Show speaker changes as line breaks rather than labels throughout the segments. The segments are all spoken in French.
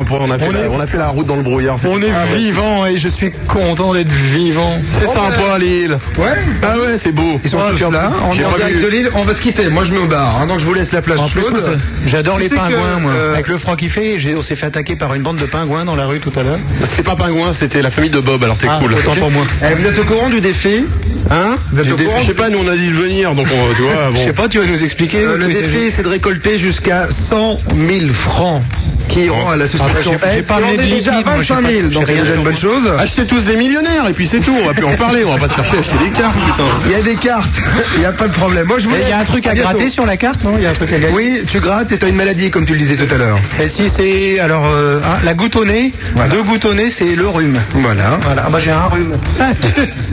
après on a fait,
On
la,
est-
on a fait la route dans le brouillard.
On est
Ah ouais.
vivant et je suis content d'être vivant.
C'est sympa Lille.
Ouais.
Ah ouais, c'est beau.
Ils sont
Ouais,
tous là, on
J'ai
est en
pas
direct
vu.
de Lille, on va se quitter. Moi je me barre, hein, donc je vous laisse la plage
En plus,
chaude.
moi, ça- j'adore
Tu
les
sais que,
pingouins, moi.
euh,
Avec le franc qui fait, j'ai- on s'est fait attaquer par une bande de pingouins dans la rue tout à l'heure.
C'était pas pingouin, c'était la famille de Bob. Alors t'es
Ah,
cool.
Autant pour moi.
Eh, vous êtes au courant du défi
Hein
Vous êtes
Du
au
dé-
courant
Je sais pas, nous on a dit de venir, donc on, tu vois.
Je
Bon.
sais pas, tu vas nous expliquer.
Euh,
de
Le
quoi il s'agit.
défi, c'est de récolter jusqu'à 100 000 francs qui iront à l'association
Ah, j'ai- j'ai
Aide.
pas
Et on
amené
est
de
déjà à
liquide, moi,
25
j'ai pas-
000,
j'ai
donc c'est
rien
déjà
sur
une
moi.
bonne chose.
Achetez tous des millionnaires et puis c'est tout. On va plus en parler. On va pas se faire chier à acheter des cartes, putain.
Il y a des cartes, il n'y a pas de problème. Moi je
Mais
voulais.
Il y a un truc à
bientôt.
gratter sur la carte, non Il y a un truc à gratter.
Oui, tu grattes et t'as une maladie comme tu le disais tout à l'heure.
Et si c'est alors euh, hein, la goutte au nez,
Voilà.
deux gouttes au nez, c'est le rhume.
Voilà.
Voilà, Ah, bah j'ai un rhume.
Ah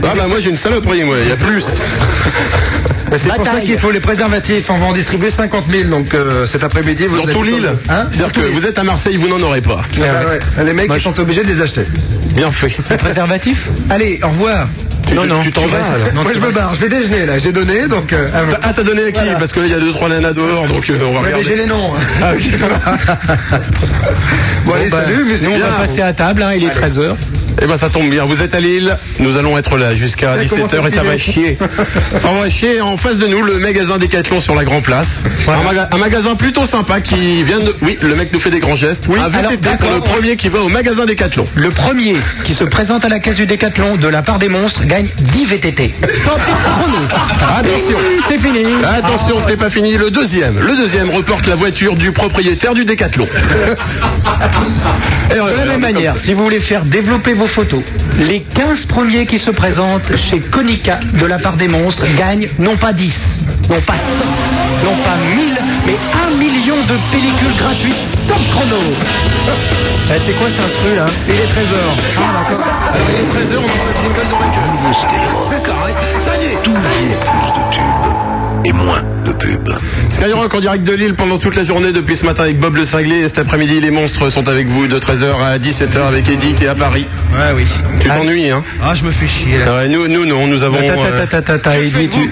bah moi j'ai une saloperie, moi. Il y a plus.
Bah, c'est pour ça
Bataille.
qu'il faut les préservatifs. On va en distribuer 50 000 donc euh, cet après-midi. vous
Dans
allez-
tout l'île.
Hein
C'est-à-dire que vous êtes à Marseille, vous n'en aurez pas.
Ah, ouais. Les mecs ils sont obligés de les acheter.
Bien fait.
Préservatif
Allez, au revoir.
Tu-
Non,
tu-
non.
Tu t'en
Tu
vas.
restes.
alors.
Non,
Moi
tu
je me
vas-
barre, je vais déjeuner là, j'ai donné donc. euh, à vous.
Ah t'as donné à qui Parce que là il y a deux trois nanas dehors, donc euh, on va
Ouais, mais
regarder.
j'ai les noms.
Eh
bon, allez,
bah,
salut, mais c'est
nous, on
bien.
va passer à table, hein, il est 13h.
Eh ben ça tombe bien, vous êtes à Lille, nous allons être là jusqu'à
Ça commence
17h et ça
à
va
filer.
chier. ça va chier en face de nous le magasin Décathlon sur la Grand Place. Un, maga- un magasin plutôt sympa qui vient de Oui, le mec nous fait des grands gestes. Oui, un
alors,
VTT pour le
d'accord.
premier qui va au magasin Décathlon.
Le premier qui se présente à la caisse du décathlon de la part des monstres gagne 10 VTT. Tant pis pour nous.
Attention.
C'est fini.
Attention, ce n'est pas fini. Le deuxième, le deuxième reporte la voiture du propriétaire du Décathlon.
De la même manière, si vous voulez faire développer vos photos, les 15 premiers qui se présentent chez Konica de la part des monstres gagnent non pas 10, non pas 100, non pas 1000, mais 1 million de pellicules gratuites top chrono. Eh, c'est quoi cet instru là
Il est 13h.
Ah,
Il est 13h, on prend le jingle de Michael. C'est ça, hein. ça y est.
et moins de pubs.
Skyrock en direct de Lille pendant toute la journée depuis ce matin avec Bob le Cinglé et cet après-midi les monstres sont avec vous de 13h à 17h avec Eddy qui est à Paris.
Ah,
Ouais, oui.
Tu t'ennuies hein
Ah, je me fais chier là.
Ouais, Nous nous non, nous avons euh,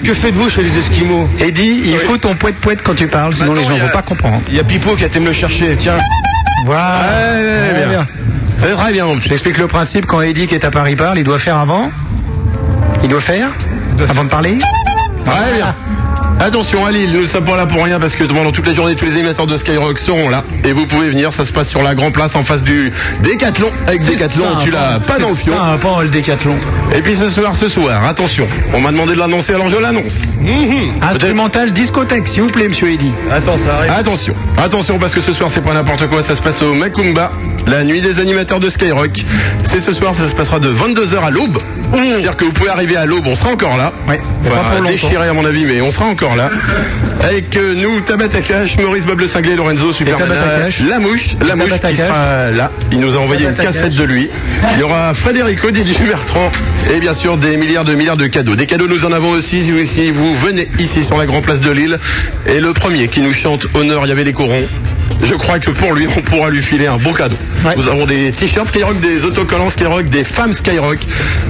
Que faites-vous chez les Esquimaux Eddie, il faut ton poète-poète quand tu parles, sinon
Bah, Ah
les gens
euh,
il y a-
vont pas comprendre.
Il y a Pipo qui a été me le chercher. Tiens,
Voilà.
Ah, bien.
bien.
C'est très bien mon petit.
J'explique le principe quand Eddie qui est à Paris parle, il doit faire avant. Il doit faire avant de parler.
Très bien. Attention à Lille, nous ne sommes pas là pour rien parce que pendant toute la journée tous les émetteurs de Skyrock seront là et vous pouvez venir, ça se passe sur la Grand Place en face du Décathlon. Avec Décathlon, tu
hein.
l'as pas dans le fion.
hein,
pas le décathlon.
Et puis ce soir, ce soir, attention, on m'a demandé de l'annoncer alors je l'annonce. Mhm.
Instrumental discothèque, s'il vous plaît, monsieur Eddy.
attends, ça arrive.
Attention, attention parce que ce soir c'est pas n'importe quoi, ça se passe au Macumba, la nuit des animateurs de Skyrock. C'est ce soir, ça se passera de 22h à l'aube. C'est-à-dire que vous pouvez arriver à l'aube, on sera encore là.
Ouais,
On
mais pas
va
pour
déchirer à mon avis, mais on sera encore là. Avec euh, nous, Tabatakash, Maurice Bob le Cinglé, Lorenzo, Super
Tabatakash.
La Mouche, La
Et
Mouche qui
Tabatakash.
sera là. Il nous a envoyé une
Tabatakash.
cassette de lui. Il y aura Frédérico, Didier Bertrand et bien sûr des milliards de milliards de cadeaux. Des cadeaux, nous en avons aussi si vous, si vous venez ici sur la Grand Place de Lille. Et le premier qui nous chante Honneur, il y avait les corons. Je crois que pour lui, on pourra lui filer un beau cadeau.
Ouais.
Nous avons des t-shirts Skyrock, des autocollants Skyrock, des femmes Skyrock.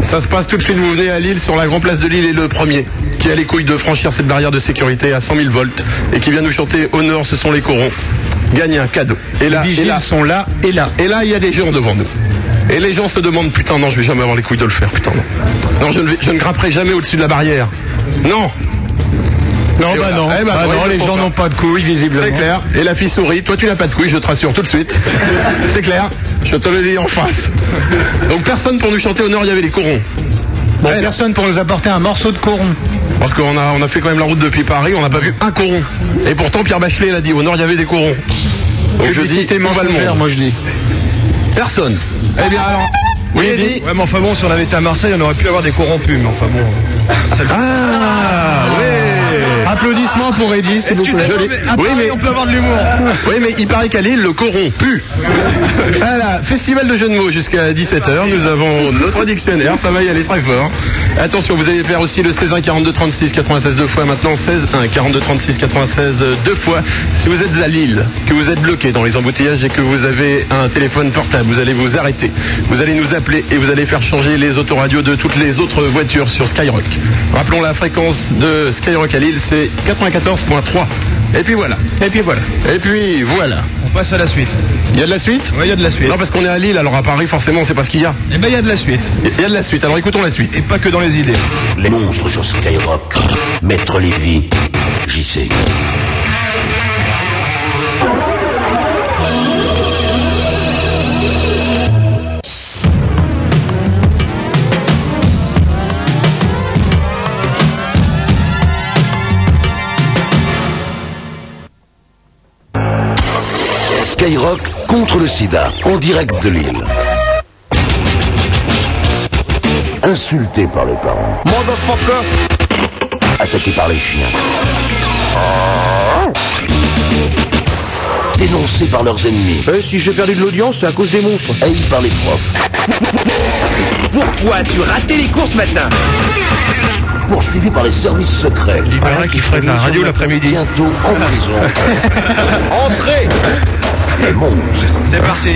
Ça se passe tout de suite. Vous venez à Lille sur la Grand Place de Lille et le premier qui a les couilles de franchir cette barrière de sécurité à 100 000 volts et qui vient nous chanter Honneur, ce sont les corons. Gagne un cadeau. Et là, et
Vigiles
là,
sont là et là.
et là, il y a des gens devant nous. Et les gens se demandent putain non je vais jamais avoir les couilles de le faire putain non non je ne, vais- je ne grimperai jamais au-dessus de la barrière non
Non,
Et voilà. Eh ben,
Bah
ouais,
non,
ils
les
le font
gens
pas.
n'ont pas de couilles, visiblement.
c'est clair et la fille sourit toi tu n'as pas de couilles je te rassure tout de suite c'est clair je te le dis en face donc personne pour nous chanter honneur il y avait les corons
Bon,
Ouais.
personne pour nous apporter un morceau de coron.
parce qu'on a on a fait quand même la route depuis Paris on n'a pas vu un coron et pourtant Pierre Bachelet l'a dit honneur il y avait des corons donc je dis on va le
mensongère,
monde
moi je dis.
personne eh bien alors oui Eddy
Ouais, mais enfin bon, si on avait été à Marseille, on aurait pu avoir des corrompus, mais enfin bon. ça-
ah ouais
Applaudissements pour Eddy, s'il vous plaît.
Je
Excusez-moi,
l'ai-
mais à
Oui,
Paris,
mais-
on peut avoir de l'humour.
Oui, mais il paraît qu'à Lille, le coron pue. Voilà, festival de jeux de mots jusqu'à 17h. Nous avons notre dictionnaire, ça va y aller très fort. Attention, vous allez faire aussi le 16 1 42 36 96 deux fois. Maintenant, 16 1 42 36 96 euh, deux fois. Si vous êtes à Lille, que vous êtes bloqué dans les embouteillages et que vous avez un téléphone portable, vous allez vous arrêter. Vous allez nous appeler et vous allez faire changer les autoradios de toutes les autres voitures sur Skyrock. Rappelons la fréquence de Skyrock à Lille, c'est 94.3. Et puis voilà.
Et puis voilà.
Et puis voilà.
On passe à la suite.
Il y a de la suite
Ouais, il y a de la suite.
Non, parce qu'on est à Lille, alors à Paris, forcément, c'est parce qu'il y a.
Eh ben, il y a de la suite.
Il y a de la suite, alors écoutons la suite.
Et pas que dans les idées.
Les monstres sur Skyrock. Maître Lévy. JC. Skyrock contre le sida, en direct de Lille. Insulté par les parents. Attaqué par les chiens. Dénoncé par leurs ennemis.
Eh, si j'ai perdu de l'audience, c'est à cause des monstres.
Haï par les profs.
Pourquoi tu ratais les cours ce matin
Poursuivi par les services secrets.
Libéra qui ferait de la radio l'après-midi.
Bientôt en prison.
Entrez
Les monstres.
C'est parti.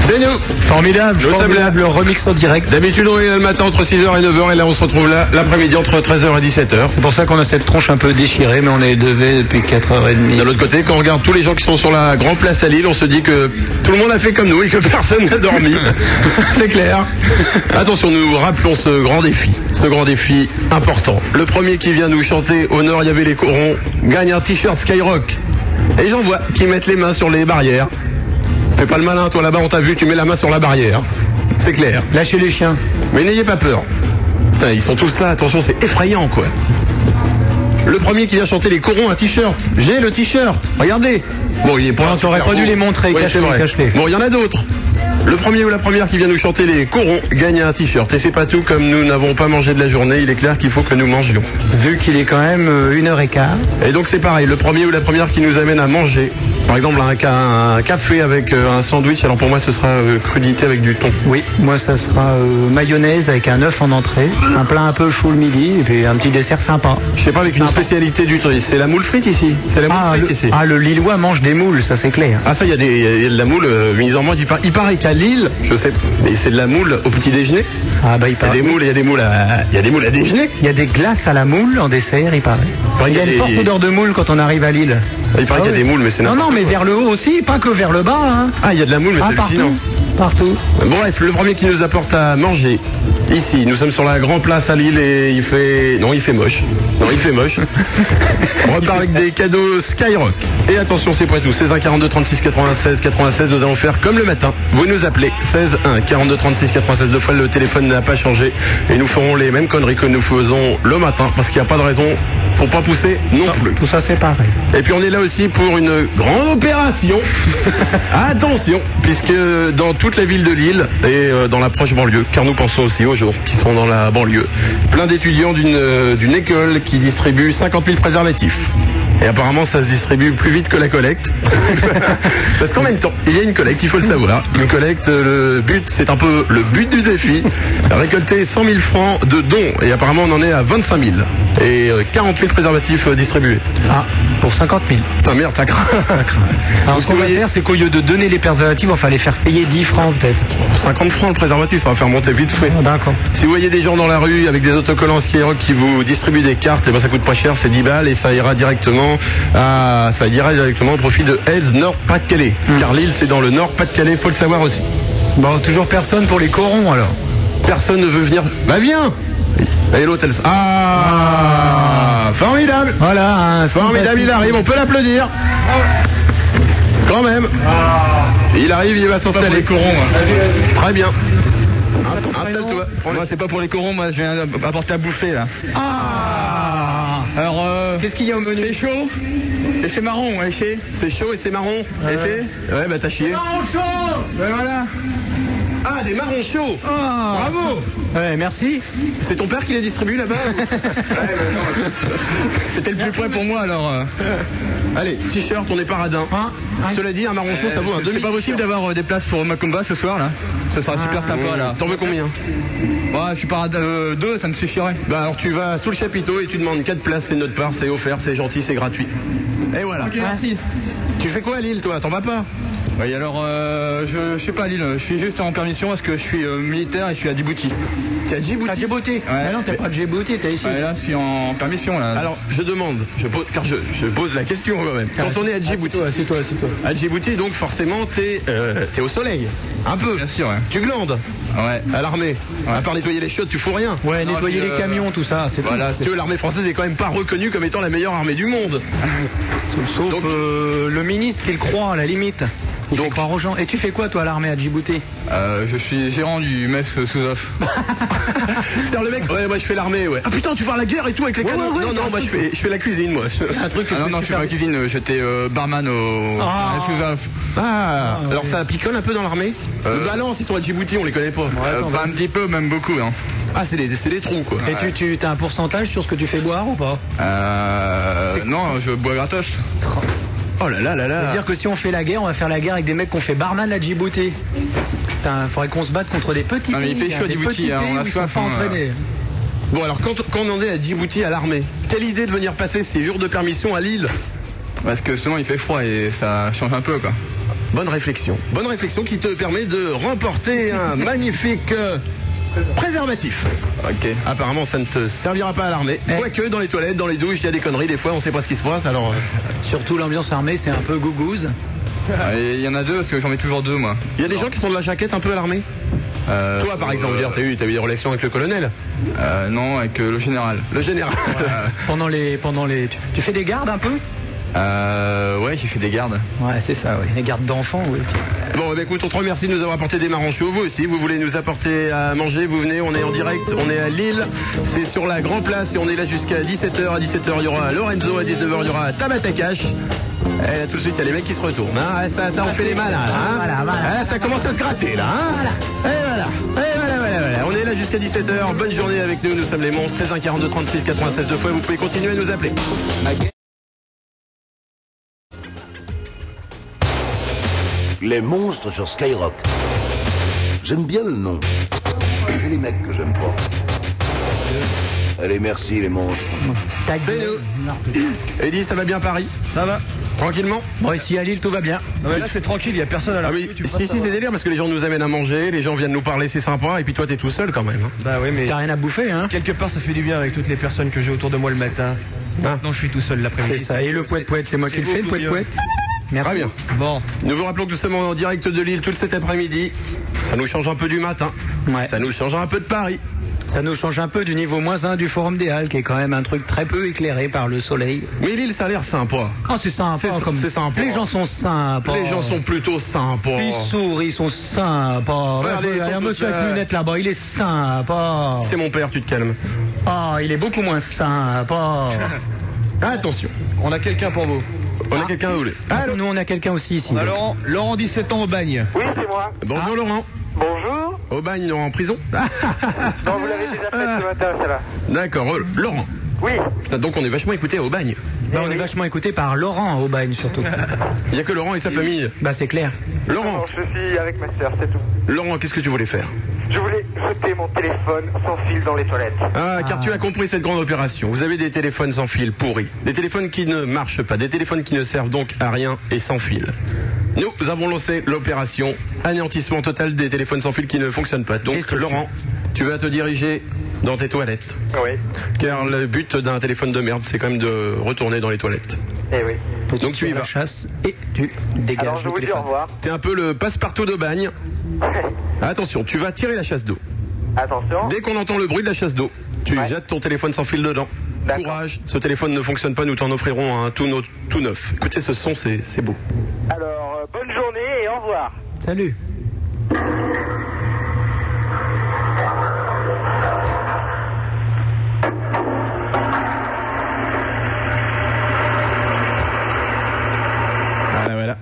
C'est nous
Formidable,
Le
formidable remix en direct.
D'habitude, on est là le matin entre 6h et 9h, et là, on se retrouve là l'après-midi entre 13h et 17h.
C'est pour ça qu'on a cette tronche un peu déchirée, mais on est devait depuis 4h30.
De l'autre côté, quand on regarde tous les gens qui sont sur la grande place à Lille, on se dit que tout le monde a fait comme nous et que personne n'a dormi. C'est clair. Attention, nous rappelons ce grand défi. Ce grand défi important. Le premier qui vient nous chanter au nord, il y avait les corons, gagne un t-shirt Skyrock. Et j'en vois qui mettent les mains sur les barrières. Fais pas le malin, toi là-bas, on t'a vu, tu mets la main sur la barrière. C'est clair.
Lâchez les chiens.
Mais n'ayez pas peur. Putain, ils sont tous là, attention, c'est effrayant quoi. Le premier qui vient chanter les corons, un t-shirt. J'ai le t-shirt, regardez. Bon, il est pas.
Non, t'aurais
super
pas dû
beau.
les montrer,
Ouais,
cache-les,
c'est vrai.
cache-les.
Bon, il y en a d'autres. Le premier ou la première qui vient nous chanter les corons gagne un t-shirt. Et c'est pas tout, comme nous n'avons pas mangé de la journée, il est clair qu'il faut que nous mangions.
Vu qu'il est quand même euh, une heure et quart.
Et donc c'est pareil, le premier ou la première qui nous amène à manger. Par exemple, un, ca- un café avec euh, un sandwich, alors pour moi ce sera euh, crudité avec du thon.
Oui, moi ça sera euh, mayonnaise avec un œuf en entrée, un plat un peu chaud le midi et puis un petit dessert sympa.
Je sais pas, avec une spécialité du truc. C'est la moule frite ici. C'est la moule
Ah
frite
le,
ici.
ah, le Lillois mange des moules, ça c'est clair.
Ah ça, il y, a des- il y a de la moule euh, mise en moins du pain. Il paraît qu'à Lille, je sais, mais c'est de la moule au petit déjeuner.
Ah bah il
Il y a
paraît.
des moules, il y a des moules à, il y a des moules à déjeuner.
Il y a des glaces à la moule en dessert, il paraît.
paraît
Il y a
qu'il y
une
a
forte
des-
odeur de moule quand on arrive à Lille.
Il paraît qu'il
Ah
y a
oui.
des moules, mais c'est
Non,
n'importe
non, mais vers le haut aussi, pas que vers le bas. hein.
quoi. Ah, il y a de la moule, mais
Ah,
c'est hallucinant.
partout. Partout.
Bon, bref, le premier qui nous apporte à manger. Ici, nous sommes sur la grande place à Lille et il fait. Non, il fait moche. Non, il fait moche. On repart avec des cadeaux Skyrock. Et attention, c'est pas tout. 16 1 42 36 96 96, nous allons faire comme le matin. Vous nous appelez 16 1 42 36 96 deux fois. Le téléphone n'a pas changé et nous ferons les mêmes conneries que nous faisons le matin parce qu'il n'y a pas de raison pour pas pousser non plus.
Tout ça c'est pareil.
Et puis on est là aussi pour une grande opération. Attention, puisque dans toute la ville de Lille et euh, dans la proche banlieue, car nous pensons aussi aux gens qui sont dans la banlieue, plein d'étudiants d'une euh, d'une école qui distribue 50 000 préservatifs. Et apparemment, ça se distribue plus vite que la collecte. Parce qu'en même temps, il y a une collecte, il faut le savoir. Une collecte, euh, le but, c'est un peu le but du défi. Récolter 100 000 francs de dons. Et apparemment, on en est à 25 000. Et euh, 40 000 préservatifs euh, distribués.
Ah, pour 50 000.
Putain, merde, ça craint.
Alors,
Vous
ce qu'on va
voyez-
faire, c'est qu'au lieu de donner les préservatifs, on va les faire payer 10 francs peut-être.
50 francs le préservatif, ça va faire monter vite fait.
Ah, D'accord.
Si vous voyez des gens dans la rue avec des autocollants Skyrock qui vous distribuent des cartes, et ben ça coûte pas cher, c'est 10 balles et ça ira directement à, ça ira directement au profit de Hells Nord Pas-de-Calais. Car Lille, c'est dans le Nord Pas-de-Calais, faut le savoir aussi.
Bon, toujours personne pour les corons alors.
Personne ne veut venir. Bah viens Et l'hôtel. Ah, Formidable
Voilà. un
Formidable, il arrive, on peut l'applaudir. Quand même. Il arrive, il va s'installer. Très bien. Installe-toi. Prends les-
Moi, c'est pas pour les corons, moi, je viens apporter à bouffer, là. Ah Alors, euh,
Qu'est-ce qu'il y a au menu
c'est chaud et c'est marron, ouais, c'est...
C'est chaud et c'est marron. Et c'est Ouais, bah t'as chié.
Ben voilà
Ah, des marrons chauds Bravo
Ouais, merci.
C'est ton père qui les distribue là-bas
C'était le plus près pour moi, alors... euh.
Allez, t-shirt, on est paradin.
Hein
Cela dit, un marron chaud, ça vaut
Eh,
un
c'est
demi
c'est pas possible d'avoir euh, des places pour ma combat ce soir, là. Ça sera super sympa, là.
Ah. T'en veux combien
Ouais, je suis par euh, deux, ça me suffirait.
Bah alors tu vas sous le chapiteau et tu demandes 4 places, c'est de notre part, c'est offert, c'est gentil, c'est gratuit. Et voilà.
merci.
Tu fais quoi à Lille toi T'en vas pas
Oui, alors, euh, je, je suis pas à Lille, je suis juste en permission parce que je suis euh, militaire et je suis à Djibouti.
T'as Djibouti
T'as Djibouti
Ouais.
Mais non, t'as pas de Djibouti, t'es ici.
Ouais, là, je suis en permission, là.
Alors, je demande, je pose, car je, je pose la question quand même. Quand on est à Djibouti,
Toi, Ah, c'est toi, c'est toi.
à Djibouti, donc forcément, t'es euh, t'es au soleil. Un peu.
Bien
hein.
sûr, ouais.
Tu glandes
Ouais.
à l'armée. À part nettoyer les chiottes, tu fous rien.
Ouais,
Non,
nettoyer
puis,
les
euh,
camions, tout ça, c'est
Voilà,
tout.
si tu veux, l'armée française est quand même pas reconnue comme étant la meilleure armée du monde.
Sauf
Donc-
euh, le ministre qu'il croit à la limite. Il
Donc-
fait croire aux gens. Et tu fais quoi toi à l'armée à Djibouti
Euh, je suis gérant du MES Souzof.
C'est-à-dire le mec, ouais, moi je fais l'armée, ouais. Ah putain, tu vas à la guerre et tout avec les canons. non, non, moi je fais, je fais la cuisine, moi.
Un truc que
Ah non, non, je suis pas en cuisine, euh, j'étais euh, barman au
Ah.
à Souzof.
Ah,
Euh,
alors ça picole un peu dans l'armée Le balance, ils sont à Djibouti, on les connaît pas.
Euh,
attends,
pas Euh, un
vas-y.
petit peu, même beaucoup. Hein.
Ah, c'est des, c'est des trous, quoi.
Et tu, tu as un pourcentage sur ce que tu fais boire ou pas
Euh, non, je bois gratos.
Oh là là là là.
C'est-à-dire que si on fait la guerre, on va faire la guerre avec des mecs qu'on fait barman à Djibouti. Putain, faudrait qu'on se batte contre des petits
Non, mais il
pays,
fait chaud à
des
Djibouti,
petits
hein,
pays
on a
où ils
soif,
sont pas
hein,
entraînés.
Bon, alors quand, quand on en est à Djibouti à l'armée, quelle idée de venir passer ces jours de permission à Lille
Parce que sinon il fait froid et ça change un peu quoi.
Bonne réflexion. Bonne réflexion qui te permet de remporter un magnifique euh, préservatif.
Ok.
Apparemment, ça ne te servira pas à l'armée.
Eh.
Quoique, dans les toilettes, dans les douches, il y a des conneries. Des fois, on sait pas ce qui se passe. Alors, euh,
Surtout l'ambiance armée, c'est un peu gougouze.
Ah, et Il y en a deux parce que j'en mets toujours deux moi.
il y a des gens qui sont de la jaquette un peu à l'armée.
Euh,
Toi, par exemple, tu t'as eu, t'as eu des relations avec le colonel,
euh, Non, avec euh, le général.
le général.
Pendant les, pendant les, tu, tu fais des gardes un peu
Euh, ouais, j'ai fait des gardes.
Ouais, c'est ça. Oui. Les gardes d'enfants, oui.
Bon, eh ben, écoute, on te remercie de nous avoir apporté des marrons chauds. Vous aussi, vous voulez nous apporter à manger, vous venez, on est en direct, on est à Lille, c'est sur la Grand Place et on est là jusqu'à 17h. À 17h, il y aura Lorenzo, à 19h, il y aura Tabatakash. Et là, tout de suite, il y a les mecs qui se retournent. hein. Ah, Ça, ça, on fait les malins, là. hein. Ah, ça commence à se gratter, là. hein. Et voilà. Et voilà, voilà, voilà. On est là jusqu'à 17h. Bonne journée avec nous. Nous sommes les monstres. 16 1 42 36 96 deux fois. Vous pouvez continuer à nous appeler.
Les monstres sur Skyrock. J'aime bien le nom. C'est les mecs que j'aime pas. Allez, merci les monstres.
Tac.
C'est Eddie, ça va bien Paris
Ça va
Tranquillement
Bon, ici à Lille, tout va bien.
Non, mais là, c'est tranquille, il n'y a personne à la
Ah
rue,
oui,
tu peux
si,
pas
si, c'est
savoir.
délire parce que les gens nous amènent à manger, les gens viennent nous parler, c'est sympa, et puis toi t'es tout seul quand même. hein.
Bah oui, mais
T'as rien à bouffer, hein
quelque part, ça fait du bien avec toutes les personnes que j'ai autour de moi le matin.
Hein
Maintenant, je suis tout seul
C'est
l'après-midi.
ça. Et le poète poète, c'est moi qui le
beau,
fais, le
tout
poète
bien.
poète. Merci.
Très bien.
Bon,
Nous vous rappelons que nous sommes en direct de Lille tout cet après-midi. Ça nous change un peu du matin.
Ouais.
Ça nous change un peu de Paris.
Ça nous change un peu du niveau moins 1 du Forum des Halles, qui est quand même un truc très peu éclairé par le soleil.
Mais Lille, ça a l'air sympa.
Oh, c'est sympa.
C'est-
comme...
c'est sympa.
Les gens sont
Oh.
sympas.
Les gens sont plutôt sympas.
Ils sourient, ils sont sympas.
Regardez,
il y
ils
a
sont
un
tous
monsieur
là.
avec lunettes là-bas, il est sympa.
C'est mon père, tu te calmes.
Ah, il est beaucoup moins sympa.
Attention,
on a quelqu'un pour vous. Ah.
on a quelqu'un à voler. Allô
Nous, on a quelqu'un aussi ici.
On a Laurent, Laurent 17 ans au bagne.
Oui, c'est moi.
Bonjour
Ah.
Laurent.
Bonjour.
Au bagne, Laurent, en prison
Non, vous l'avez déjà fait ce matin, celle-là.
D'accord, oh, Laurent.
Oui.
Putain, donc on est vachement écouté au bagne.
Bah, on est vachement écouté par Laurent Aubagne surtout.
Il n'y a que Laurent et sa famille.
bah, c'est clair.
Laurent,
Non, je suis avec ma sœur, c'est tout.
Laurent, qu'est-ce que tu voulais faire
Je voulais jeter mon téléphone sans fil dans les toilettes.
Ah, car tu as compris cette grande opération. Vous avez des téléphones sans fil pourris, des téléphones qui ne marchent pas, des téléphones qui ne servent donc à rien et sans fil. Nous avons lancé l'opération anéantissement total des téléphones sans fil qui ne fonctionnent pas. Donc
Destruction.
Laurent, tu vas te diriger dans tes toilettes.
Oui.
Car le but d'un téléphone de merde, c'est quand même de retourner dans les toilettes.
Eh oui.
Donc tu y
la
vas.
chasse et tu dégages
Alors, je
le
vous dis au
téléphone.
revoir.
T'es un peu le passe-partout de bagne. Attention, tu vas tirer la chasse d'eau.
Attention.
Dès qu'on entend le bruit de la chasse d'eau, tu
Ouais.
jettes ton téléphone sans fil dedans.
D'accord.
Courage, ce téléphone ne fonctionne pas, nous t'en offrirons un tout, no- tout neuf. Écoutez ce son, c'est c'est beau.
Alors, euh, bonne journée et au revoir.
Salut.
Voilà, voilà.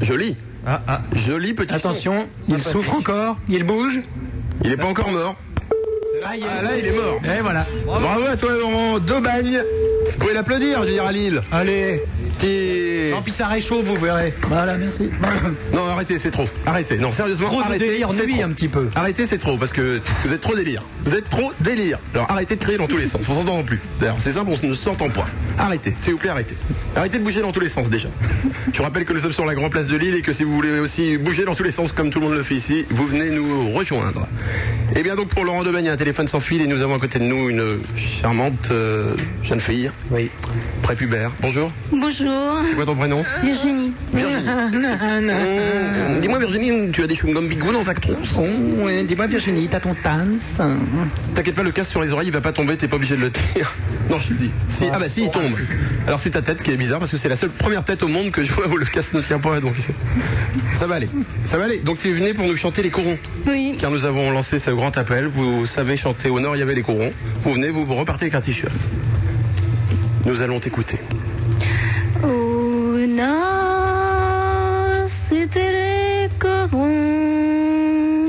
Joli,
Ah, ah.
joli petit
Attention, il souffre encore, il bouge.
son. Il est pas encore mort.
Ah, il est-
Ah là, il est mort.
Et voilà.
Bravo à toi, Laurent Daubagne. Vous pouvez l'applaudir, je veux dire, à Lille.
Allez.
T'es-
Non, puis ça réchauffe, vous verrez. Voilà, merci.
Non, arrêtez, c'est trop. Arrêtez, non, sérieusement,
Trop de
arrêtez.
délire,
c'est
nuit hein,
trop.
un petit peu.
Arrêtez, c'est trop, parce que vous êtes trop délire. Vous êtes trop délire. Alors arrêtez de crier dans tous les sens, on s'entend plus. D'ailleurs, c'est simple, on ne s'entend pas. Arrêtez, s'il vous plaît, arrêtez. Arrêtez de bouger dans tous les sens déjà. Je rappelle que nous sommes sur la Grand Place de Lille et que si vous voulez aussi bouger dans tous les sens comme tout le monde le fait ici, vous venez nous rejoindre. Et bien donc pour Laurent Demagne, il y a un téléphone sans fil et nous avons à côté de nous une charmante euh, jeune fille. Oui. Prépubère. Bonjour.
Bonjour,
C'est quoi ton prénom
Virginie.
Virginie.
Ah,
Mmh, Dis-moi Virginie, tu as des chewing-gums bigou dans ta tronçon
Dis-moi Virginie, t'as ton tanz
T'inquiète pas, le casque sur les oreilles, il va pas tomber, t'es pas obligé de le tenir. Non, je te dis. Si, ah bah si, il tombe. Alors c'est ta tête qui est bizarre parce que c'est la seule première tête au monde que je vois où le casque ne tient pas. Donc c'est- ça va aller. Ça va aller. Donc tu es venu pour nous chanter les corons.
Oui.
Car nous avons lancé ce grand appel. Vous savez chanter au nord, il y avait les corons. Vous venez, vous repartez avec un t-shirt. Nous allons t'écouter.
Au nord, c'était les corons.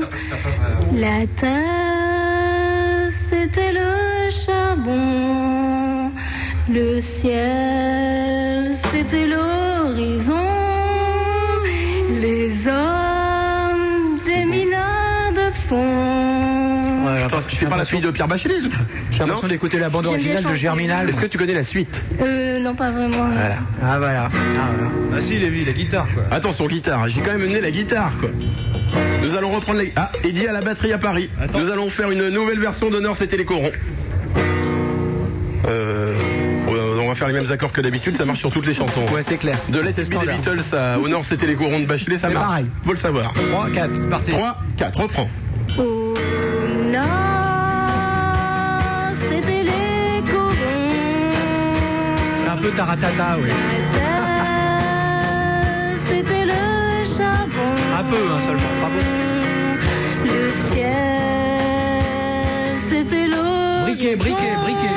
La terre, c'était le charbon. Le ciel, c'était l'horizon. Les hommes, des mines de fond.
Attends, c'est pas la fille de Pierre Bachelet
J'ai l'impression
Non.
d'écouter la bande
J'aime bien
originale de
chanter.
Germinal.
Est-ce que tu connais la suite
Euh, non, pas vraiment.
Ah voilà.
Ah si, Lévi, la guitare, quoi.
Attention, guitare. J'ai quand même mené la guitare, quoi. Nous allons reprendre les. Ah, Eddie à la batterie à Paris.
Attends.
Nous allons faire une nouvelle version d'Honneur, c'était les corons. Euh, on va faire les mêmes accords que d'habitude, ça marche sur toutes les chansons.
Ouais, c'est clair.
De Let It Be des
Standard.
Beatles à Honor, c'était les corons de Bachelet, ça
C'est
marche.
pareil.
Faut le savoir.
3, 4, parti.
3, 4, reprends.
Au nord, c'était les corons.
C'est un peu taratata, oui.
La terre, c'était le charbon.
Un peu, hein, seulement. Pas beaucoup.
Le ciel, c'était l'eau.
Briquet, briquet, briquet, briquet.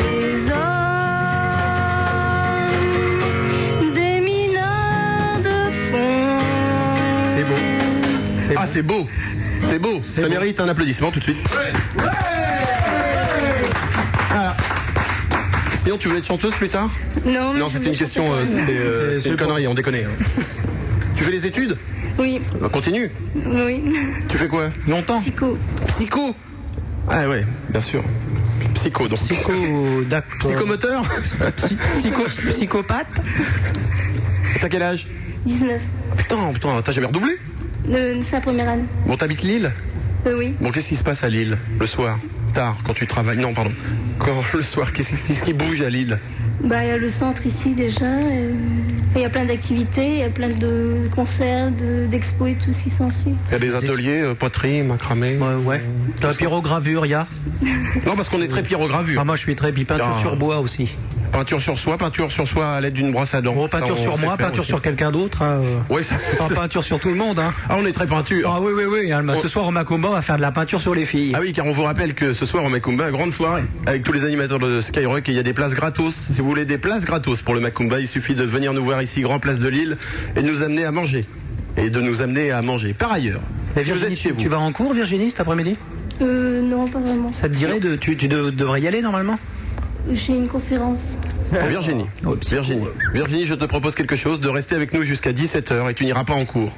Les hommes, des mines de fond.
C'est beau. Ah, c'est beau. C'est beau. Ça mérite un applaudissement tout de suite. Voilà. Sinon, tu veux être chanteuse plus tard
Non, mais
Non,
je
c'était une
me-
question, euh, c'était euh, c'était une connerie, on déconne. hein. tu fais les études
Oui,
Bah, Continue.
oui.
Tu fais quoi
Longtemps.
Psycho.
Psycho. Ah ouais, bien sûr. Psycho donc. Euh,
Psycho, d'accord.
Psychomoteur
Psy- psycho- psychopathe
T'as quel âge
19.
Putain, putain, t'as jamais redoublé
Euh, c'est la première année.
Bon, t'habites Lille
Euh, oui.
Bon, qu'est-ce qui se passe à Lille le soir Tard, quand tu travailles. Non, pardon. Quand le soir, qu'est-ce qu'est-ce qui bouge à Lille
Bah, il y a le centre ici déjà. et, euh, Il y a plein d'activités, il y a plein de concerts, de- d'expos et tout ce qui s'ensuit.
Il y a des ateliers, euh, poterie, macramé.
Ouais, ouais. T'as un pyrogravure, y'a
Non, parce qu'on est très pyrogravure.
Ah, moi, je suis très bi peinture
Ah.
sur bois aussi.
Peinture sur soi, peinture sur soi à l'aide d'une brosse à dents.
Bon,
Ça,
peinture
on
sur
sait
moi,
faire
peinture
aussi.
sur quelqu'un d'autre. hein, euh.
Ouais, ça-
Enfin, peinture sur tout le monde, hein.
Ah, on est très peinture.
Ah oui, oui, oui. hein, bah,
Oh.
Ce soir, au Macumba, on va faire de la peinture sur les filles.
Ah oui, car on vous rappelle que ce soir au Macumba, grande soirée, avec tous les animateurs de Skyrock, et il y a des places gratos. Si vous voulez des places gratos pour le Macumba, il suffit de venir nous voir ici, Grand Place de Lille, et de nous amener à manger. Et de nous amener à manger. Par ailleurs,
Mais
si vous
Virginie,
êtes chez
tu,
vous,
tu vas en cours, Virginie, cet après-midi
Euh, non, pas vraiment.
Ça te dirait de. Tu, tu de- devrais y aller normalement
J'ai une conférence.
Virginie,
Oh, psycho.
Virginie, Virginie, je te propose quelque chose, de rester avec nous jusqu'à 17h et tu n'iras pas en cours.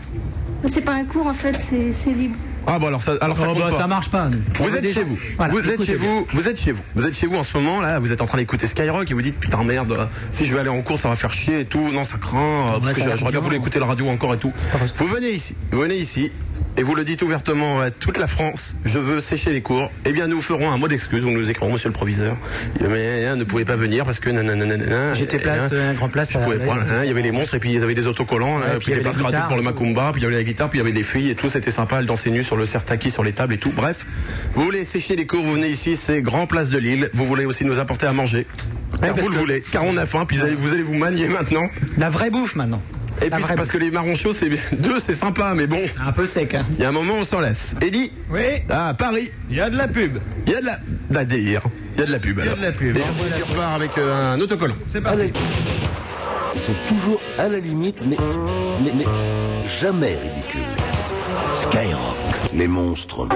C'est pas un cours en fait, c'est c'est libre.
Ah bon, alors ça, alors ça
Oh,
compte
bah,
pas.
ça marche pas. nous. On
Vous
veut
êtes
déjà-
chez vous.
Voilà,
vous êtes
écoutez
chez
bien.
vous. Vous êtes chez vous. Vous êtes chez vous en ce moment là. Vous êtes en train d'écouter Skyrock et vous dites putain merde. euh, Si je vais aller en cours, ça va faire chier et tout. Non, ça craint. euh, parce que
ça a
j'a-
l'air
J'aurais bien
bien. hein.
voulu écouter la radio encore et tout. Vous venez ici. Vous venez ici. Et vous le dites ouvertement à toute la France, je veux sécher les cours. Eh bien, nous ferons un mot d'excuse. Nous nous écrirons, monsieur le proviseur. Mais euh, ne pouvait pas venir parce que nanana.
J'étais place, euh, un grand place
Je
à la-
pouvais pas, hein, Il y avait les monstres et puis ils avaient des autocollants. euh,
puis
puis
il y
des
avait la
places gratuites
guitare.
pour le Macumba, puis il y avait la guitare, puis il y avait des filles et tout, c'était sympa, elles dansaient nues sur le sertaki, sur les tables et tout. Bref, vous voulez sécher les cours, vous venez ici, c'est Grand Place de Lille, vous voulez aussi nous apporter à manger. Car
parce
vous le
que-
voulez, car on a faim, puis vous allez vous, allez vous manier maintenant.
La vraie bouffe maintenant.
Et
La
puis c'est
vraie
parce
bouffe.
que les marrons chauds, c'est deux, c'est sympa, mais bon,
Un peu sec, hein.
il y a un moment, on s'en laisse. Eddie,
Oui,
à Paris,
il y a de la pub.
il y a de la, de la délire, il y a de la pub.
y a
alors.
de la pub.
Et on repart avec euh, un autocollant.
C'est parti.
Ils sont toujours à la limite, mais, mais, mais jamais ridicules. Skyrock. Les monstres.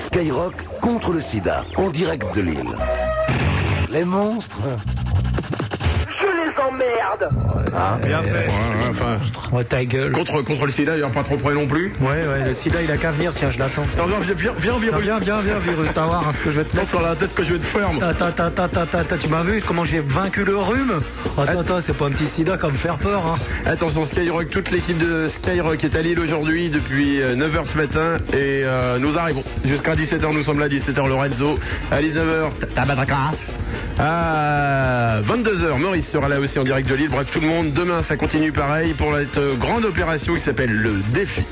Skyrock contre le sida, en direct de Lille. Les monstres
Je les emmerde merde
Bien fait.
Oh, ta gueule.
contre, contre le sida, il va pas trop près non plus.
Ouais, ouais, le sida il a qu'à venir, tiens, je l'attends.
Attends, viens, viens, viens,
Viens,
viens, viens,
viens, viens, viens, virus, t'as voir hein, ce que je vais te
Attends
mettre.
sur la tête que je vais te faire. moi.
Ta, ta, ta, ta, ta, ta, ta, tu m'as vu comment j'ai vaincu le rhume
Oh,
Attends, attends, c'est pas un petit sida comme faire peur, hein.
Attention Skyrock, toute l'équipe de Skyrock est à Lille aujourd'hui depuis 9h ce matin et euh, nous arrivons jusqu'à 17h, nous sommes là 17h Lorenzo, à 19h Tabadraka, à 22h Maurice sera là aussi en direct de Lille, bref tout le monde, demain ça continue pareil pour cette euh, grande opération qui s'appelle le défi.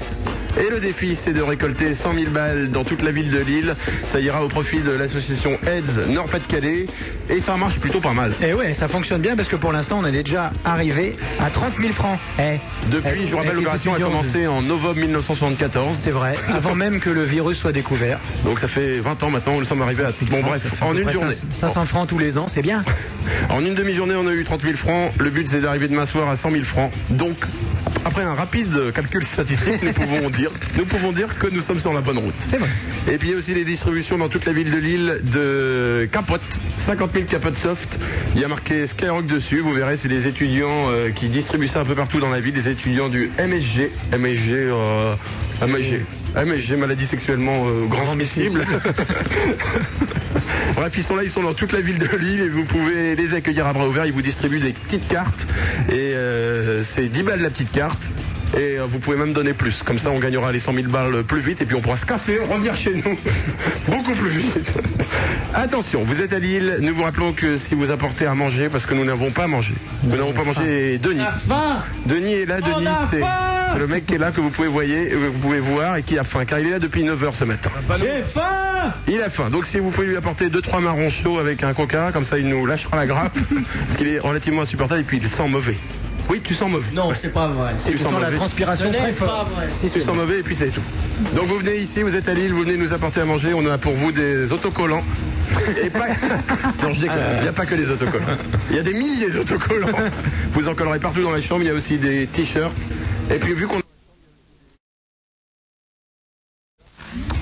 Et le défi, c'est de récolter 100 000 balles dans toute la ville de Lille. Ça ira au profit de l'association AIDS Nord-Pas-de-Calais. Et ça marche plutôt pas mal.
Et Eh ouais, ça fonctionne bien parce que pour l'instant, on est déjà arrivé à 30 000 francs. Eh.
Depuis,
Eh,
je vous rappelle,
avec les
l'opération a
étudiants de-
commencé en novembre 1974.
C'est vrai, avant même que le virus soit découvert.
Donc ça fait 20 ans maintenant, nous sommes arrivés à... Bon bref,
Ça fait à
en
peu
une
près
journée.
500 francs tous les ans, c'est bien.
En une demi-journée, on a eu 30 000 francs. Le but, c'est d'arriver demain soir à 100 000 francs. Donc, après un rapide calcul statistique, nous pouvons dire, nous pouvons dire que nous sommes sur la bonne route.
C'est vrai.
Et puis, il y a aussi les distributions dans toute la ville de Lille de capotes. 50 000 capotes soft. Il y a marqué Skyrock dessus. Vous verrez, c'est des étudiants euh, qui distribuent ça un peu partout dans la ville. Des étudiants du MSG. MSG, euh, MSG. MSG, maladie sexuellement euh, grand visible. Bref, ils sont là, ils sont dans toute la ville de Lille et vous pouvez les accueillir à bras ouverts. Ils vous distribuent des petites cartes et euh, c'est 10 balles la petite carte. Et euh, vous pouvez même donner plus. Comme ça, on gagnera les 100 000 balles plus vite et puis on pourra se casser, revenir chez nous beaucoup plus vite. Attention, vous êtes à Lille. Nous vous rappelons que si vous apportez à manger, parce que nous n'avons pas mangé, nous n'avons pas mangé et Denis. Denis est là, Denis, c'est c'est le mec qui est là que vous pouvez, voyer- euh, vous pouvez voir et qui a faim, car il est là depuis 9h ce matin. Il a faim, donc si vous pouvez lui apporter 2-3 marrons chauds avec un coca, comme ça il nous lâchera la grappe, parce qu'il est relativement insupportable et puis il sent mauvais. Oui, tu sens mauvais.
Non, c'est pas vrai.
tu sens
Dans la
mauvais.
transpiration
Ce
très
n'est pas
forte.
vrai.
Si,
Tu
c'est
sens mauvais et puis c'est tout. Donc vous venez ici, vous êtes à Lille, vous venez nous apporter à manger, on a pour vous des autocollants. Et pas... Non, je déconne, il n'y a pas que les autocollants. Il y a des milliers d'autocollants. Vous en collerez partout dans la chambre, il y a aussi des t-shirts. Et puis vu qu'on...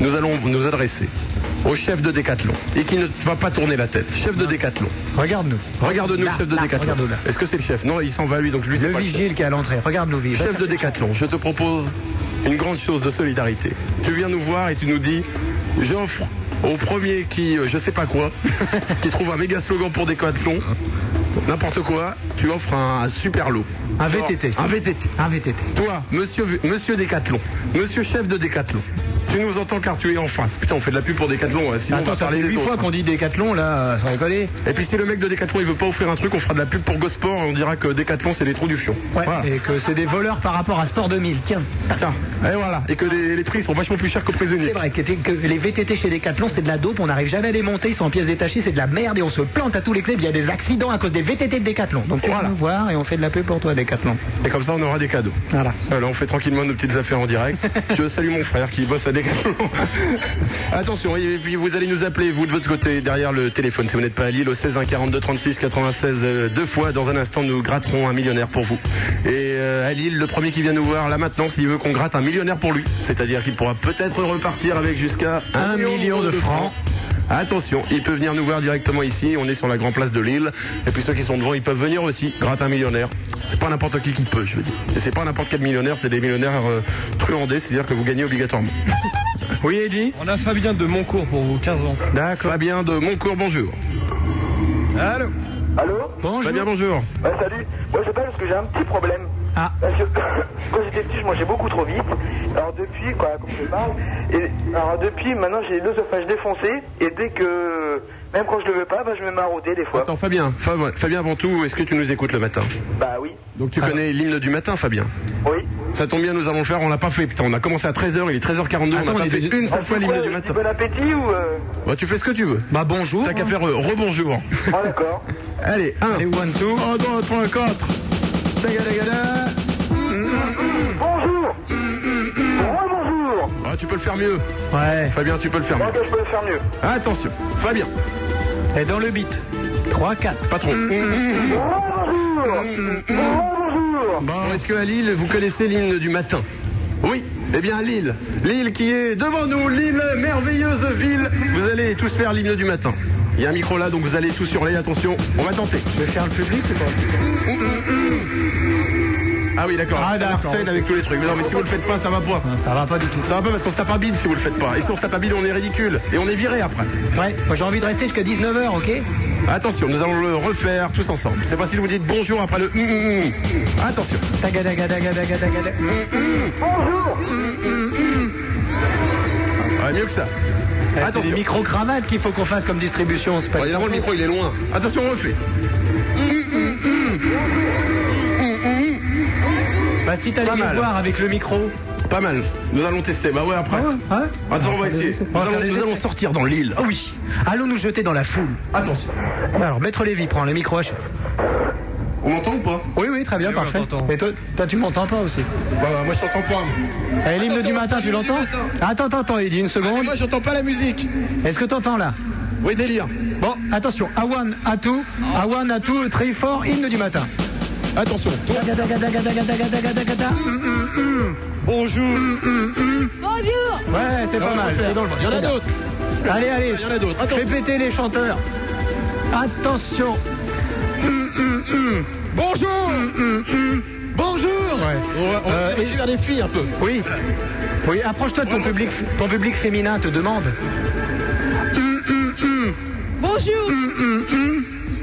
Nous allons nous adresser au chef de Décathlon et qui ne va pas tourner la tête. Chef de Décathlon.
Regarde-nous.
Regarde-nous, chef de
là,
Décathlon.
regarde-nous là.
Est-ce que c'est le chef Non, il s'en va lui, donc lui, c'est
Le
pas le chef.
vigile qui est à l'entrée. Regarde-nous vivre.
Chef de Décathlon, je te propose une grande chose de solidarité. Tu viens nous voir et tu nous dis j'offre au premier qui, euh, je sais pas quoi, qui trouve un méga slogan pour Décathlon, n'importe quoi, tu offres un, un super lot.
Un
Genre,
VTT.
Un VTT.
Un VTT.
Toi, monsieur, monsieur Décathlon, monsieur chef de Décathlon, tu nous entends car tu es en face. Putain, on fait de la pub pour Décathlon, hein, sinon on
Attends,
va
ça
parler
fait
des
8
autres.
fois qu'on dit Décathlon, là, euh, sans déconner.
Et puis si le mec de Décathlon il veut pas offrir un truc, on fera de la pub pour Gosport et on dira que Décathlon c'est les trous du fion.
Ouais,
Voilà.
et que c'est des voleurs par rapport à Sport 2000. Tiens,
Tiens, et voilà. Et que les, les prix sont vachement plus chers qu'aux prisonniers.
c'est vrai que, que les VTT chez Decathlon, c'est de la dope, on n'arrive jamais à les monter, ils sont en pièces détachées, c'est de la merde et on se plante à tous les clubs, il y a des accidents à cause des VTT de Decathlon. Donc tu
Voilà.
vas nous voir et on fait de la pub pour toi, Decathlon.
Et comme ça, on aura des cadeaux.
Voilà.
Voilà, on fait tranquillement nos petites affaires en direct. Je salue mon frère qui bosse à Decathlon. Attention, et puis vous allez nous appeler, vous de votre côté, derrière le téléphone, si vous n'êtes pas à Lille, au 16 1 42 36 96 euh, deux fois. Dans un instant, nous gratterons un millionnaire pour vous. Et euh, à Lille, le premier qui vient nous voir, là maintenant, s'il veut qu'on gratte un millionnaire pour lui, c'est-à-dire qu'il pourra peut-être repartir avec jusqu'à
Un million de francs.
Attention, il peut venir nous voir directement ici. On est sur la grande place de Lille. Et puis ceux qui sont devant, ils peuvent venir aussi. Gratte un millionnaire. C'est pas n'importe qui qui peut, je veux dire. Et c'est pas n'importe quel millionnaire, c'est des millionnaires euh, truandés, c'est-à-dire que vous gagnez obligatoirement.
Oui, Eddy On a Fabien de Moncourt pour vous, 15 ans.
D'accord. Fabien de Moncourt, bonjour.
Allô
Allô
Bonjour.
Fabien, bonjour.
Ouais, Bah, salut. Moi, j'appelle parce que j'ai un petit problème.
Ah.
Parce que quand j'étais petit, je mangeais beaucoup trop vite. Alors depuis, quoi, comme je te parle, et, alors depuis, maintenant, j'ai l'œsophage défoncé. Et dès que, même quand je le veux pas, bah, je me mets à rôder des fois.
Attends, Fabien, Fab- Fabien, avant tout, est-ce que tu nous écoutes le matin
Bah oui,
Donc tu connais l'hymne du matin, Fabien
oui.
Ça tombe bien, nous allons le faire. On l'a pas fait. Putain, on a commencé à 13h, il est 13h42, on n'a
Attends,
pas
on est
fait
déjà-
une seule fois l'hymne
Ouais,
du
je
matin.
dis Bon appétit ou. euh,
Bah, tu fais ce que tu veux.
Bah bonjour.
T'as qu'à faire euh, rebonjour.
Ah, d'accord.
Allez, Oh, 1,
Allez, one, two.
1, 2, 3, 4. hein.
Bonjour Rebonjour
Ah, tu peux le faire mieux.
Ouais.
Fabien, tu peux le faire
Moi,
mieux. Ah,
que je peux le faire mieux.
Attention, Fabien,
Et dans le beat. 3, 4.
patron.
Rebonjour Rebonjour
Bon, est-ce que à Lille, vous connaissez l'hymne du matin Oui. Eh bien, Lille. Lille qui est devant nous, Lille, merveilleuse ville. Vous allez tous faire l'hymne du matin. Il y a un micro là, donc vous allez tout surler. Attention, on va tenter. Je vais faire le public ou pas Ah oui, d'accord. Ah, scène avec tous les trucs. Mais non, mais si vous le faites pas, ça va pas.
Ça va pas du tout.
Ça va pas parce qu'on se tape à bide si vous le faites pas. Et si on se tape à bide, on est ridicule. Et on est viré après.
Ouais, moi j'ai envie de rester jusqu'à 19h, ok
Attention, nous allons le refaire tous ensemble. C'est facile, vous dites bonjour après le. hum, hum, hum. Attention.
Taga, daga, daga, daga, daga, daga.
Ouais, mieux que ça.
Eh, C'est des
Attention.
micro-cravates qu'il faut qu'on fasse comme distribution, c'est pas
Bon, évidemment, le micro, Bah, il est loin. Attention, on refait.
Bah si
Pas
t'allais me
mal.
voir avec le micro.
Pas mal. Nous allons tester. Bah ouais, après.
Hein
Attends, on va
faire des
essayer.
essais.
Nous
On va faire
allons,
des
nous allons
essais.
sortir dans l'île.
Ah oui Allons nous jeter dans la foule.
Attention.
Alors, Maître Lévy, prends le micro à chef.
On m'entend ou pas
Oui, oui, très bien, parfait. Et toi, toi, tu m'entends pas aussi
Bah, moi, je t'entends pas.
Eh, l'hymne du matin, tu l'entends Attends, attends, attends, il dit une
Mais
seconde.
moi, j'entends pas la musique.
Est-ce que t'entends là
Oui, délire.
Bon, attention, Awan Atou, Awan Atou, très fort, hymne du matin.
Attention. tourne. Bonjour.
Ouais, c'est pas mal, c'est dans le
Il y en a d'autres.
Allez, allez,
Il y en a d'autres. Attention.
fais péter les chanteurs. Attention
Bonjour. Bonjour. On va, on va
Euh, et-
vers les filles un peu.
Oui. Oui, approche-toi de ton public. Ton public féminin te demande.
Mm,
Bonjour.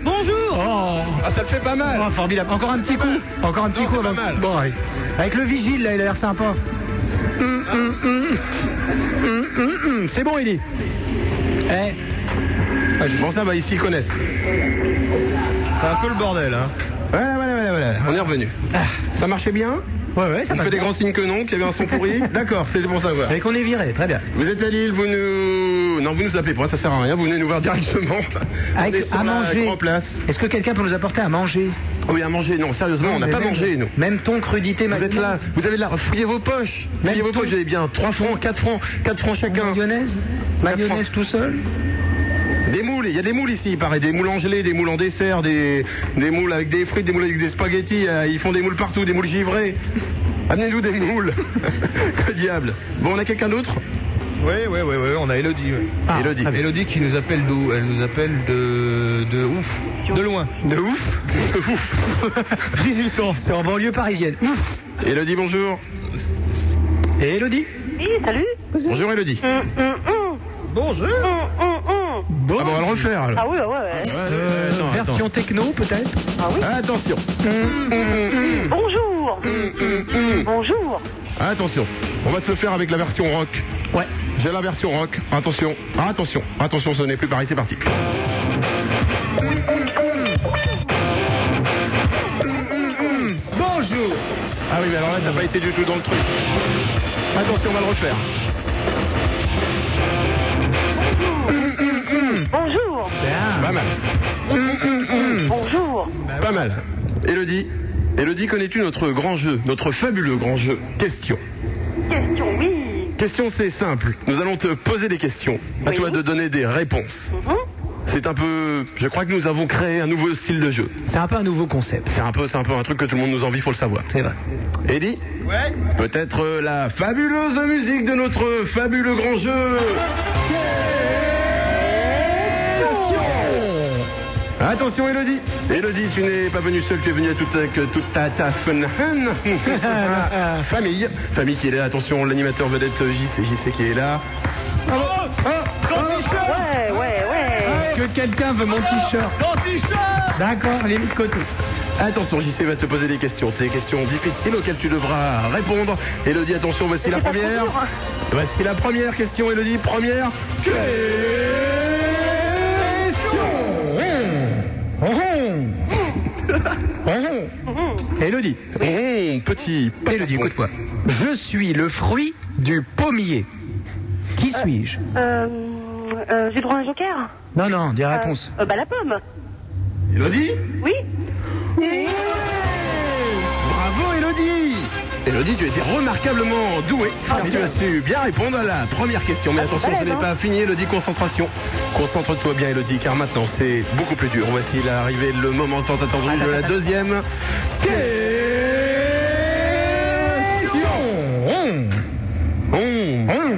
Bonjour.
Ah, ça le fait pas
Oh,
mal.
oh, formidable. Encore un petit coup. Encore un petit
Non,
coup.
c'est pas
avant-
mal.
Bon, allez. Avec le vigile, là, il a l'air sympa. Hum, hum, hum. Hum, hum, hum. C'est bon, il dit. Eh,
Bon, ça va, bah, ici, ils connaissent.
C'est un peu le bordel, hein.
Voilà, voilà, voilà, voilà. On est revenu. Ça marchait bien
ouais, ouais, ça
On
passe
fait des
bien.
grands signes que non, qu'il y avait un son pourri D'accord, c'est bon savoir.
Et qu'on est viré, très bien.
Vous êtes à Lille, vous nous. Non, vous nous appelez pas, ça sert à rien, vous venez nous voir directement. on est
Avec
sur
à
la
manger.
Grand place.
Est-ce que quelqu'un peut nous apporter à manger
Oui, Oh, à manger, non, sérieusement, on n'a
Mais
pas
même-
mangé, nous.
Même ton crudité,
Vous êtes là, vous avez de la. Fouillez vos poches
Même
Fouillez vos
tout. Oh,
poches, vous avez bien 3 francs, 4 francs, 4 francs chacun.
Mayonnaise Mayonnaise tout seul
Des moules, il y a des moules ici, il paraît, des moules en gelée, des moules en dessert, des, des moules avec des frites, des moules avec des spaghettis, euh, ils font des moules partout, des moules givrées. Amenez-nous des moules Que diable Bon, on a quelqu'un d'autre
Oui, oui, oui, oui, on a Elodie. oui.
Ah,
Elodie.
Elodie qui nous appelle d'où Elle nous appelle de. de ouf. De loin.
De ouf De ouf
18 ans. C'est en banlieue parisienne. Ouf
Elodie, bonjour
Et Elodie
Bonjour Elodie Bonjour Ah bon, on va le refaire alors.
Ah oui, ouais, ouais.
Version techno, peut-être
Attention
Bonjour. Bonjour.
Hein, Attention On va se le faire avec la version rock.
Ouais.
J'ai la version rock. Attention Ah, Attention Attention, ce n'est plus pareil, c'est parti
Bonjour
Ah oui, mais alors là, t'as pas été du tout dans le truc. Attention, on va le refaire.
Bonjour.
Pas mal.
Hmm.
Bonjour.
Ah
Pas mal. Elodie Elodie, connais-tu notre grand jeu, notre fabuleux grand jeu Question.
Question oui.
Question, c'est simple. Nous allons te poser des questions. À
Oui.
toi de donner des réponses.
Mhm.
C'est un peu... Je crois que nous avons créé un nouveau style de jeu.
C'est un peu un nouveau concept.
C'est un peu, c'est un peu un truc que tout le monde nous envie, faut le savoir.
C'est vrai.
Eddie Ouais Peut-être euh, la fabuleuse musique de notre fabuleux grand jeu Question Attention Elodie Elodie, tu n'es pas venue seule, tu es venue avec toute, avec toute ta, ta fun famille. Famille qui est là, attention, l'animateur vedette JC, JC qui est là.
Ouais, Eh, ouais, ouais.
Est-ce que quelqu'un veut mon t-shirt Ton t-shirt D'accord, les mis de côté.
Attention, JC va te poser des questions, des questions difficiles auxquelles tu devras répondre. Elodie, attention, voici la
c'est pas trop
première.
dur, hein.
Voici la première question, Elodie. Première
Elodie,
Hum, petit.
Elodie, écoute-moi. Je suis le fruit du pommier. Qui suis-je
Euh, euh, J'ai droit à un joker
Non, non, des
Euh,
réponses.
euh, Bah la pomme.
Elodie Oh
Oui.
Bravo, Elodie Elodie, tu étais remarquablement douée,
Ah,
car tu as su bien répondre à la première question. Mais attention, ce
balèze,
n'est
hein.
pas fini, Elodie, concentration. Concentre-toi bien, Elodie, car maintenant, c'est beaucoup plus dur. Voici l'arrivée, le moment tant attendu
Ah,
de la deuxième. Question Hum. Hum. Hum.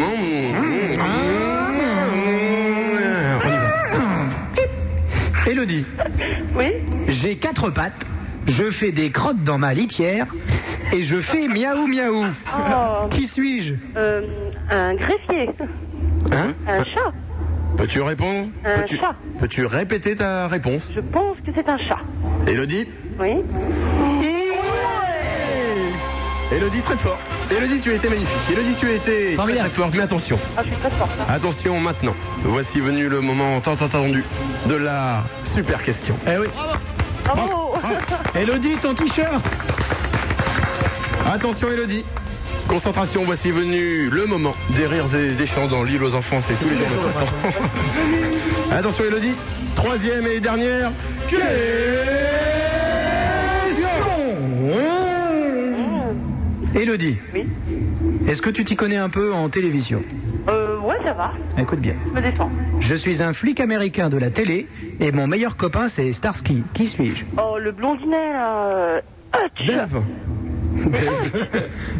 Hum. On y va.
quatre pattes, je fais des crottes dans ma litière et je fais miaou miaou.
Oh.
Qui suis-je
Euh, un greffier.
Hein
Un chat.
Peux-tu répondre
Un
Peux-tu-
chat.
Peux-tu répéter ta réponse
Euh, Je pense que c'est un chat.
Elodie
Oui.
Elodie, très fort. Elodie, tu as été magnifique. Elodie, tu as été très, très fort. Mais attention.
Ah, je suis très forte. hein.
Attention maintenant. Voici venu le moment tant attendu de la super question.
Eh oui.
Bravo.
Elodie, ton t-shirt
Attention Elodie. Concentration, voici venu le moment des rires et des chants dans l'île aux enfants, c'est tous les jours le printemps. Attention Elodie, troisième et dernière question.
Elodie,
Oui.
est-ce que tu t'y connais un peu en télévision
Euh, ouais, ça va.
Écoute bien.
Je me défends.
Je suis un flic américain de la télé et mon meilleur copain c'est Starsky. Qui suis-je
Oh, le blondinet, là. euh, Hutch.
Dave,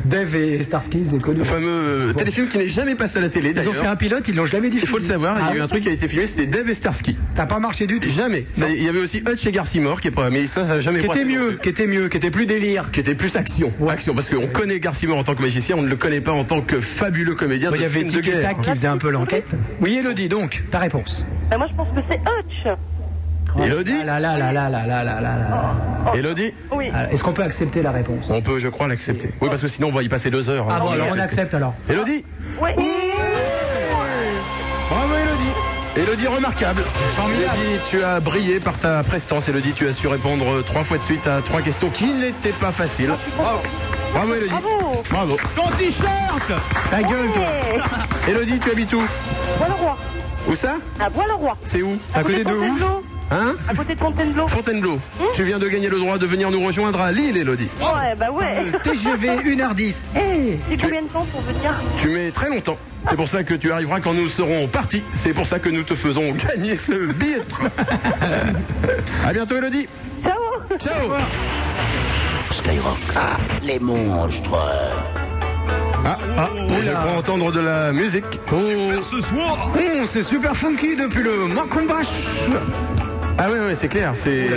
Dave et Starsky, c'est connu.
le fameux euh, téléfilm qui n'est jamais passé à la télé
Ils ont fait
d'ailleurs.
un pilote, ils l'ont jamais diffusé.
Il faut le savoir, il y a eu un
Ah,
truc qui a été filmé, c'était Dave et Starsky.
T'as pas marché du tout.
Jamais. Ça- Il y avait aussi Hutch et Garcimore qui est pas, mais ça, ça n'a jamais
Qui était
passé non
mieux,
plus.
qui était mieux, qui était plus délire.
qui était plus action. Action, parce qu'on connaît Garcimore en tant que magicien, on ne le connaît pas en tant que fabuleux comédien
Il
de
y avait
films de
Tic et
guerre.
Tac qui faisait un peu l'enquête. Oui, Elodie, donc, ta réponse.
Bah, moi, je pense que c'est Hutch.
Elodie,
Ah Là, là, là, là, là, là, là, là, là.
Elodie,
Oui.
Ah, Est-ce qu'on peut accepter la réponse
on peut, je crois, l'accepter. Oui, parce que sinon, on va y passer deux heures.
Ah bon,
Alors,
alors on
c'est-
accepte alors.
Elodie,
Ouais.
bravo Elodie. Elodie, remarquable. Elodie, tu as brillé par ta prestance. Elodie, tu as su répondre euh, trois fois de suite à trois questions qui n'étaient pas faciles. Bravo. Bravo Elodie.
Bravo.
Bravo.
Ton t-shirt
Ta
Oh.
gueule, toi
Ouais.
Elodie, tu habites où
Bois-le-Roi.
Où ça
À Bois-le-Roi.
C'est où
À côté de où
Fontainebleau.
Hein
À côté de Fontainebleau.
Fontainebleau.
Hmm
Tu viens de gagner le droit de venir nous rejoindre à Lille, Elodie.
Ouais, bah ouais.
Le TGV 1h10. Eh
C'est combien de temps pour venir
Tu mets très longtemps. C'est pour ça que tu arriveras quand nous serons partis. C'est pour ça que nous te faisons gagner ce billet. de train. à bientôt, Elodie.
Ciao
Ciao.
Skyrock, Ah, les monstres.
Ah, ah, je crois entendre de la musique. Hmm, Oh,
Ce soir
Bon, c'est super funky depuis le Macoumbash.
Ah ouais, ouais, c'est clair.
Oh
C'est.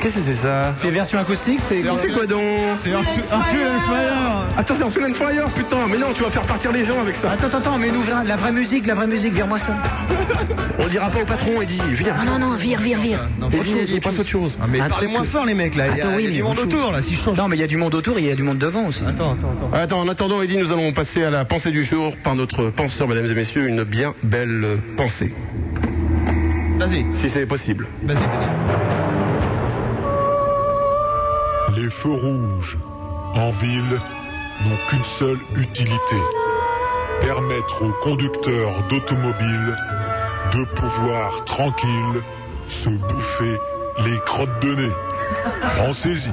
Qu'est-ce que c'est ça
C'est version acoustique, c'est.
C'est quoi donc
C'est Arthur Arthur and Fire
Attends, c'est un Soul and Fire, putain. Mais non, tu vas faire partir les gens avec ça.
Attends, attends, attends, mais nous, la vraie musique, la vraie musique, vire-moi ça.
Ah,
On dira pas au patron, Eddie. Viens.
Ah non, non, vire, vire, vire.
Non,
Eddie, Eddie, passe autre chose.
Ah, mais
Attends,
parlez moins
tu-
fort les mecs là, il y a,
Attends, oui,
il y a
mais
du monde
autre chose.
autour là, si je change.
Non, mais il y a du monde autour et il y a du monde devant aussi.
Attends, attends, attends.
Euh, Attends, en attendant, Eddie, nous allons passer à la pensée du jour par notre penseur, mesdames et messieurs, une bien belle euh, pensée,
Vas-y,
si c'est possible.
vas-y, vas-y.
Les feux rouges en ville n'ont qu'une seule utilité. Permettre aux conducteurs d'automobiles de pouvoir tranquille se bouffer les crottes de nez. En saisie.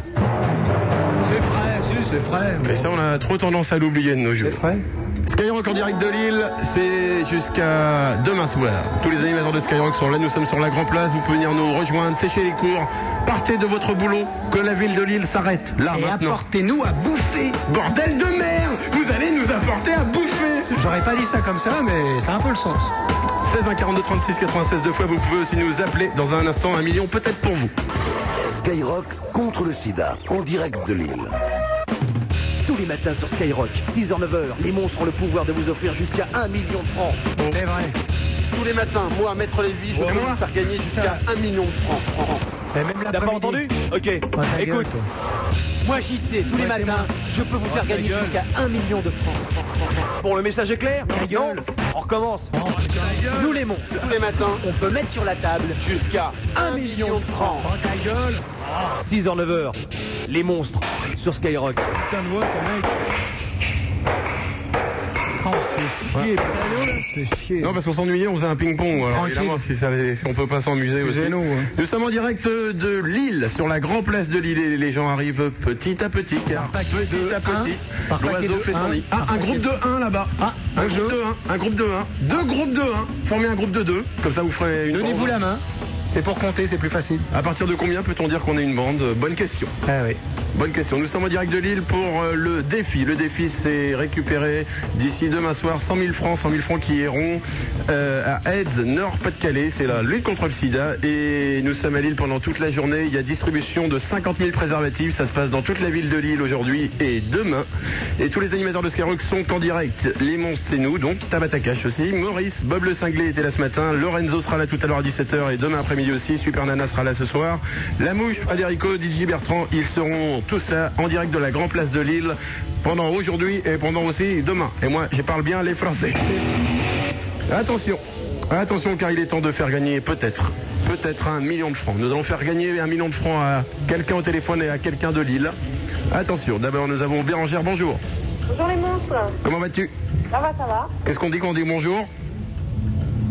C'est vrai, si, c'est vrai.
Mais ça, on a trop tendance à l'oublier de nos jours.
vrai
Skyrock en direct de Lille, c'est jusqu'à demain soir. Tous les animateurs de Skyrock sont là, nous sommes sur la Grand Place, vous pouvez venir nous rejoindre, séchez les cours, partez de votre boulot, que la ville de Lille s'arrête, là
Et
maintenant.
apportez-nous à bouffer.
Bordel de merde Vous allez nous apporter à bouffer
J'aurais pas dit ça comme ça, mais ça a un peu le sens.
16 1 42 36 96 deux fois, vous pouvez aussi nous appeler dans un instant, un million peut-être pour vous.
Skyrock contre le sida, en direct de Lille.
Tous les matins sur Skyrock, 6h-9h, les monstres ont le pouvoir de vous offrir jusqu'à 1 million de francs.
C'est vrai.
Tous les matins, moi, Maître Lévy, je vais vous faire gagner jusqu'à 1 million de francs.
Et Eh, même
T'as pas entendu Ok, écoute. Moi j'y sais, tous les matins, je peux vous faire gagner jusqu'à 1 million de francs. Bon, le message est clair Non On recommence. Nous les monstres, tous les matins, on peut mettre sur la table jusqu'à 1 million de francs. 6h-9h, les monstres sur Skyrock.
Putain de voix ce mec. Oh, chier, chier.
Non, parce qu'on s'ennuyait, on faisait un ping-pong. Alors,
Tranquille.
évidemment, si, ça, si on peut pas s'amuser aussi.
Excusez-nous, hein.
Nous sommes en direct euh, de Lille, sur la grande place de Lille, et les gens arrivent petit à petit, car petit à petit,
par paquet
l'oiseau
de
fait
un,
son nid. Ah,
par
un
paquet
groupe de 1 là-bas. Ah, un groupe de 1, un groupe de 1, deux groupes de 1. Formez un groupe de 2, comme ça vous ferez une
Donnez-vous
bande.
la main. C'est pour compter, c'est plus facile.
À partir de combien peut-on dire qu'on est une bande Bonne question.
Ah oui.
Bonne question. Nous sommes en direct de Lille pour euh, le défi. Le défi, c'est récupérer d'ici demain soir 100 000 francs, 100 000 francs qui iront euh, à AIDS, Nord-Pas-de-Calais. C'est la lutte contre le sida. Et nous sommes à Lille pendant toute la journée. Il y a distribution de 50 000 préservatifs. Ça se passe dans toute la ville de Lille aujourd'hui et demain. Et tous les animateurs de Skyrock sont en direct. Les monstres, c'est nous. Donc Tabata Cash aussi. Maurice, Bob le Cinglé était là ce matin. Lorenzo sera là tout à l'heure à 17h et demain après-midi aussi. Super Nana sera là ce soir. La Mouche, Federico, DJ Bertrand, ils seront tous là en direct de la Grand Place de Lille pendant aujourd'hui et pendant aussi demain. Et moi, je parle bien les Français. Attention, attention car il est temps de faire gagner peut-être, peut-être un million de francs. Nous allons faire gagner un million de francs à quelqu'un au téléphone et à quelqu'un de Lille. Attention, d'abord nous avons Bérangère, bonjour.
Bonjour les monstres.
Comment vas-tu
Ça va, ça va
Qu'est-ce qu'on dit quand on dit bonjour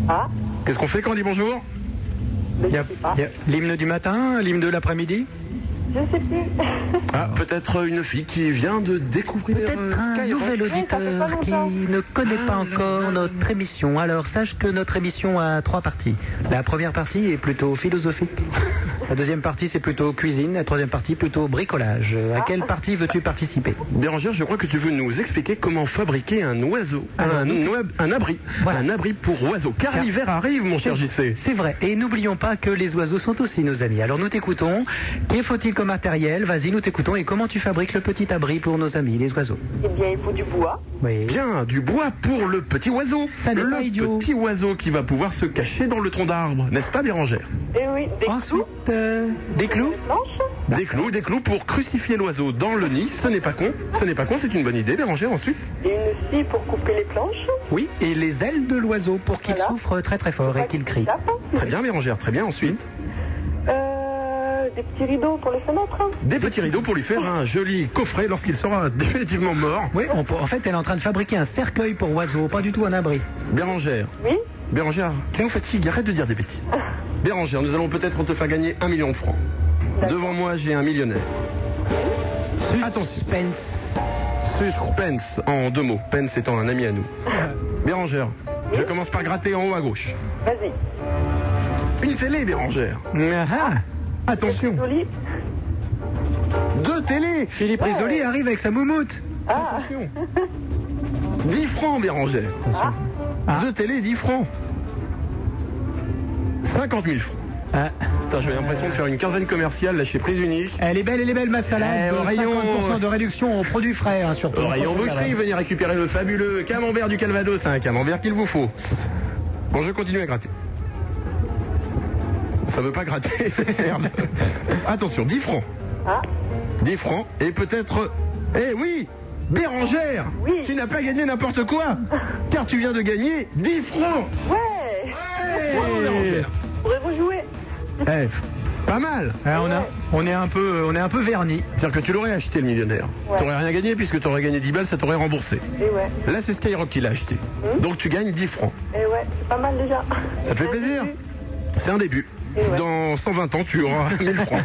Ah
Qu'est-ce qu'on fait quand on dit bonjour
Il y a- il y a L'hymne du matin, l'hymne de l'après-midi
Je sais plus.
Ah, peut-être une fille qui vient de découvrir euh,
Un
Skyrock.
nouvel auditeur qui ne connaît
Ah,
pas encore notre émission. Alors sache que notre émission a trois parties. La première partie est plutôt philosophique. La deuxième partie, c'est plutôt cuisine. La troisième partie, plutôt bricolage.
Ah.
À quelle partie veux-tu participer
Bérangère, je crois que tu veux nous expliquer comment fabriquer un oiseau, un, oab- un abri, un abri pour oiseaux. Car l'hiver arrive, mon cher JC.
C'est vrai. Et n'oublions pas que les oiseaux sont aussi nos amis. Alors nous t'écoutons. Qu'est faut-il comme matériel Vas-y, nous t'écoutons. Et comment tu fabriques le petit abri pour nos amis, les oiseaux
Eh bien, il faut du bois.
Bien, du bois pour le petit oiseau. le petit oiseau qui va pouvoir se cacher dans le tronc d'arbre, n'est-ce pas, Bérangère
Et Eh oui, des
Ah,
clous.
euh, des clous
Des clous, des clous pour crucifier l'oiseau dans le nid. Ce n'est pas con, ce n'est pas con, c'est une bonne idée, Bérangère, ensuite.
Et une scie pour couper les planches.
Oui, et les ailes de l'oiseau pour qu'il souffre très très fort et qu'il crie.
Très bien, Bérangère, très bien, ensuite.
Euh, des petits rideaux pour les fenêtres.
Des petits rideaux pour lui faire un joli coffret lorsqu'il sera définitivement mort.
Oui, on peut- en fait, elle est en train de fabriquer un cercueil pour oiseaux, pas du tout un abri.
Bérangère.
Oui
Bérangère, tu nous fatigues, arrête de dire des bêtises. Bérangère, nous allons peut-être te faire gagner un million de francs. Devant moi, j'ai un millionnaire.
Suspense.
Suspense en deux mots. Pence étant un ami à nous. Bérangère, je commence par gratter en haut à gauche.
Vas-y.
Une télé, Bérangère.
Ah,
Attention. Deux télés.
Philippe Risoli arrive avec sa moumoute.
Attention. 10 francs, Bérangère. Deux télés, 10 francs. 50 000 francs. Putain, j'ai l'impression de faire une quinzaine commerciale, là, chez Prise Unique.
Elle est belle, elle est belle, ma salade.
Eh, au rayon.
50% de réduction aux produits frais, hein, surtout.
Au rayon boucherie, venez récupérer le fabuleux camembert du Calvados. C'est un camembert qu'il vous faut. Bon, je continue à gratter. Ça veut pas gratter, c'est merde. Attention, 10 francs. 10 francs et peut-être. Eh oui Bérangère Tu n'as pas gagné n'importe quoi Car tu viens de gagner 10 francs
Ouais
Bravo, Bérangère
Pourrez-vous jouer
Eh, pas mal
Hein, on, a, on est un peu, euh, on est un peu vernis.
C'est-à-dire que tu l'aurais acheté, le millionnaire. T'aurais rien gagné puisque t'aurais gagné 10 balles, ça t'aurait remboursé.
Et Eh ouais.
Là, c'est Skyrock qui l'a acheté.
Hmm
Donc tu gagnes 10 francs.
Et ouais, c'est pas mal déjà.
Ça
Ah,
te fait plaisir C'est un début. Dans 120 ans, tu auras 1000 francs.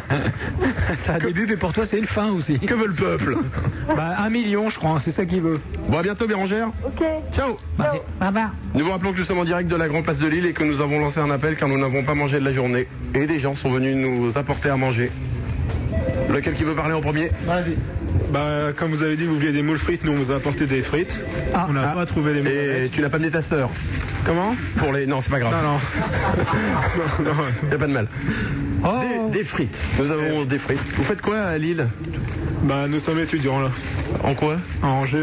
C'est un début, mais pour toi, c'est une fin aussi.
Que veut le peuple
bah, Un million, je crois, c'est ça qu'il veut.
Bon, à bientôt, Bérangère.
Ok.
Ciao.
Au revoir.
Nous vous rappelons que nous sommes en direct de la Grand Place de Lille et que nous avons lancé un appel car nous n'avons pas mangé de la journée. Et des gens sont venus nous apporter à manger. Lequel qui veut parler en premier
Vas-y.
Bah, comme vous avez dit, vous vouliez des moules frites, nous on vous a apporté des frites.
Ah,
on n'a pas trouvé les moules.
Et tu n'as pas amené ta sœur Comment Pour les. Non, c'est pas grave.
Non, non.
Y'a pas de mal.
Oh.
Des, des frites. Nous avons
Eh.
des frites. Vous faites quoi à Lille
Bah, nous sommes étudiants là.
En quoi
En GE.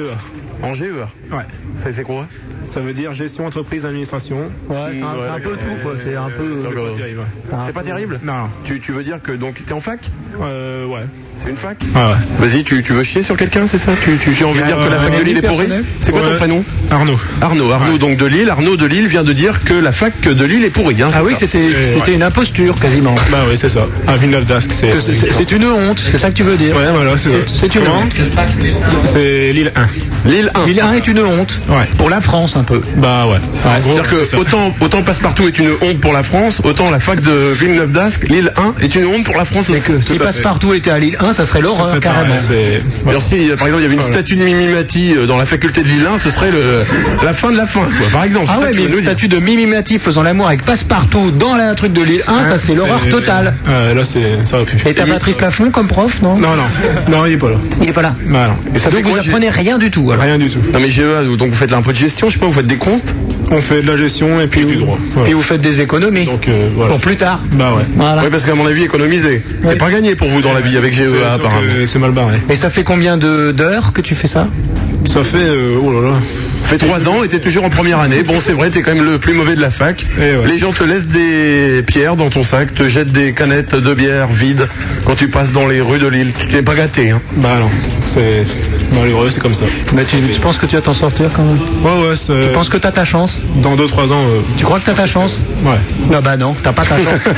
En GE Ouais. C'est quoi
Ça veut dire gestion, entreprise, administration.
Ouais, c'est
Ah,
un,
Ouais,
c'est un peu
d'accord.
tout, quoi. C'est un peu.
C'est
D'accord.
pas terrible. ouais.
C'est pas terrible
Non.
Tu, tu veux dire que donc t'es en fac
Euh, ouais.
C'est une fac
Ah
Vas-y, tu, tu veux chier sur quelqu'un, c'est ça tu, tu, tu as envie de dire que
Euh,
la fac de Lille est pourrie C'est quoi ton prénom
Arnaud.
Arnaud, Arnaud donc de Lille. Arnaud de Lille vient de dire que la fac de Lille est pourrie. hein, c'est
Ah oui,
ça
c'était
c'était
c'était une imposture quasiment.
Bah oui, c'est ça. Un Villeneuve d'Ascq, c'est.
Que c'est- C'est c'est une honte, c'est ça que tu veux dire.
Ouais, voilà, c'est ça.
C'est une
Comment
honte.
C'est Lille 1.
Lille 1.
Lille 1 est une honte.
Ouais.
Pour la France un peu.
Bah ouais. En gros,
C'est-à-dire que
c'est ça.
autant, autant Passepartout est une honte pour la France, autant la fac de Villeneuve d'Ascq, Lille 1, est une honte pour la France
C'est
aussi.
que si
à fait.
Passepartout était à Lille 1, Lillois, ça serait
Ça
l'horreur
serait pas-
carrément.
c'est- Alors si, euh, par exemple, il y avait une statue de Mimimati euh, dans la faculté de Lille, ce serait le- la fin de la fin, quoi. Par exemple,
Ah
c'est ça
ouais,
que tu
mais
veux nous
une
dire.
statue de Mimimati faisant l'amour avec Passepartout dans la truc de Lille 1, ça c'est l'horreur totale.
Ouais, là, c'est ça aurait pu.
Et t'as Patrice Lafont comme prof, non
Non, non. Non, il est pas là.
Il est pas là.
Bah, non.
Et ça
Donc
fait quoi,
vous apprenez rien du tout. Alors.
Rien du tout.
Non mais j'ai pas, donc vous faites là un peu de gestion, je sais pas, vous faites des comptes
On fait de la gestion et puis du droit.
Et vous faites des économies.
Donc euh, voilà.
Pour plus tard.
Bah ouais.
Voilà.
Oui, parce qu'à mon avis, économiser, c'est pas gagné pour vous dans la vie avec
C'est-
GEA,
sauf que
apparemment.
C'est mal barré.
Et ça fait combien de- d'heures que tu fais ça
Ça fait euh, oh là là.
Fait trois ans et t'es toujours en première année. Bon, c'est vrai, t'es quand même le plus mauvais de la fac.
Et Eh ouais.
Les gens te laissent des pierres dans ton sac, te jettent des canettes de bière vides quand tu passes dans les rues de Lille. Tu t'es pas gâté, hein.
Bah non. C'est malheureux, c'est comme ça.
Mais Bah, tu, tu penses que tu vas t'en sortir quand même
Ouais ouais. c'est-
Tu Euh. penses que t'as ta chance
dans 2-3 ans. euh,
Tu crois que t'as ta chance
Ouais.
Non, bah non, t'as pas ta chance.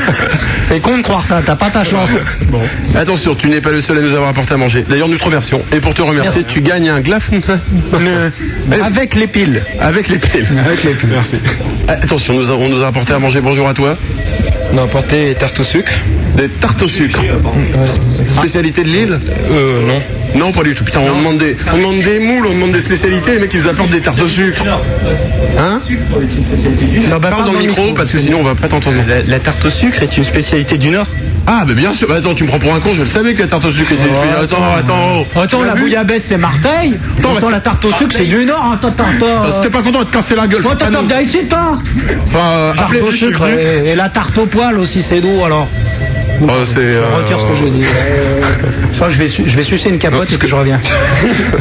c'est con de croire ça, t'as pas ta chance.
Bon.
Attention, tu n'es pas le seul à nous avoir apporté à manger. D'ailleurs, nous te remercions. Et pour te remercier, tu gagnes un glaçon
Avec les piles.
avec les piles.
Avec les Merci.
Attention, nous avons, on nous a apporté à manger. Bonjour à toi.
On a apporté des tartes au sucre.
Des tartes au sucre. Spécialité de Lille
Euh, non.
Non, pas du tout. Putain, on demande, des, on demande des moules, on demande des spécialités, les mecs, ils nous apportent des tartes au sucre. Hein
Non, bah,
Parle dans le micro, parce que sinon, on va pas t'entendre.
La, la tarte au sucre est une spécialité du Nord.
Ah, mais bien sûr. Bah, attends, tu me prends pour un con, je le savais que la tarte au sucre était. attends, attends. oh.
Attends,
Tu
la
l'as vu
bouillabaisse c'est Marteille.
Attends,
Attends,
mais-
la Ah, tarte au sucre c'est du Nord. hein, Attends, attends,
Ah, Si
attends.
t'es pas content, de te casser la gueule.
Toi,
faut pas
t'attends,
nous-
viens ici, toi
Enfin, euh,
Tarte
appelez
au
je suis
sucre
venu.
et, et la tarte au poil aussi, c'est doux alors.
Oh, c'est.
Je
euh,
retire ce que j'ai dit. Je crois que je vais, su- je vais sucer une capote et que je reviens.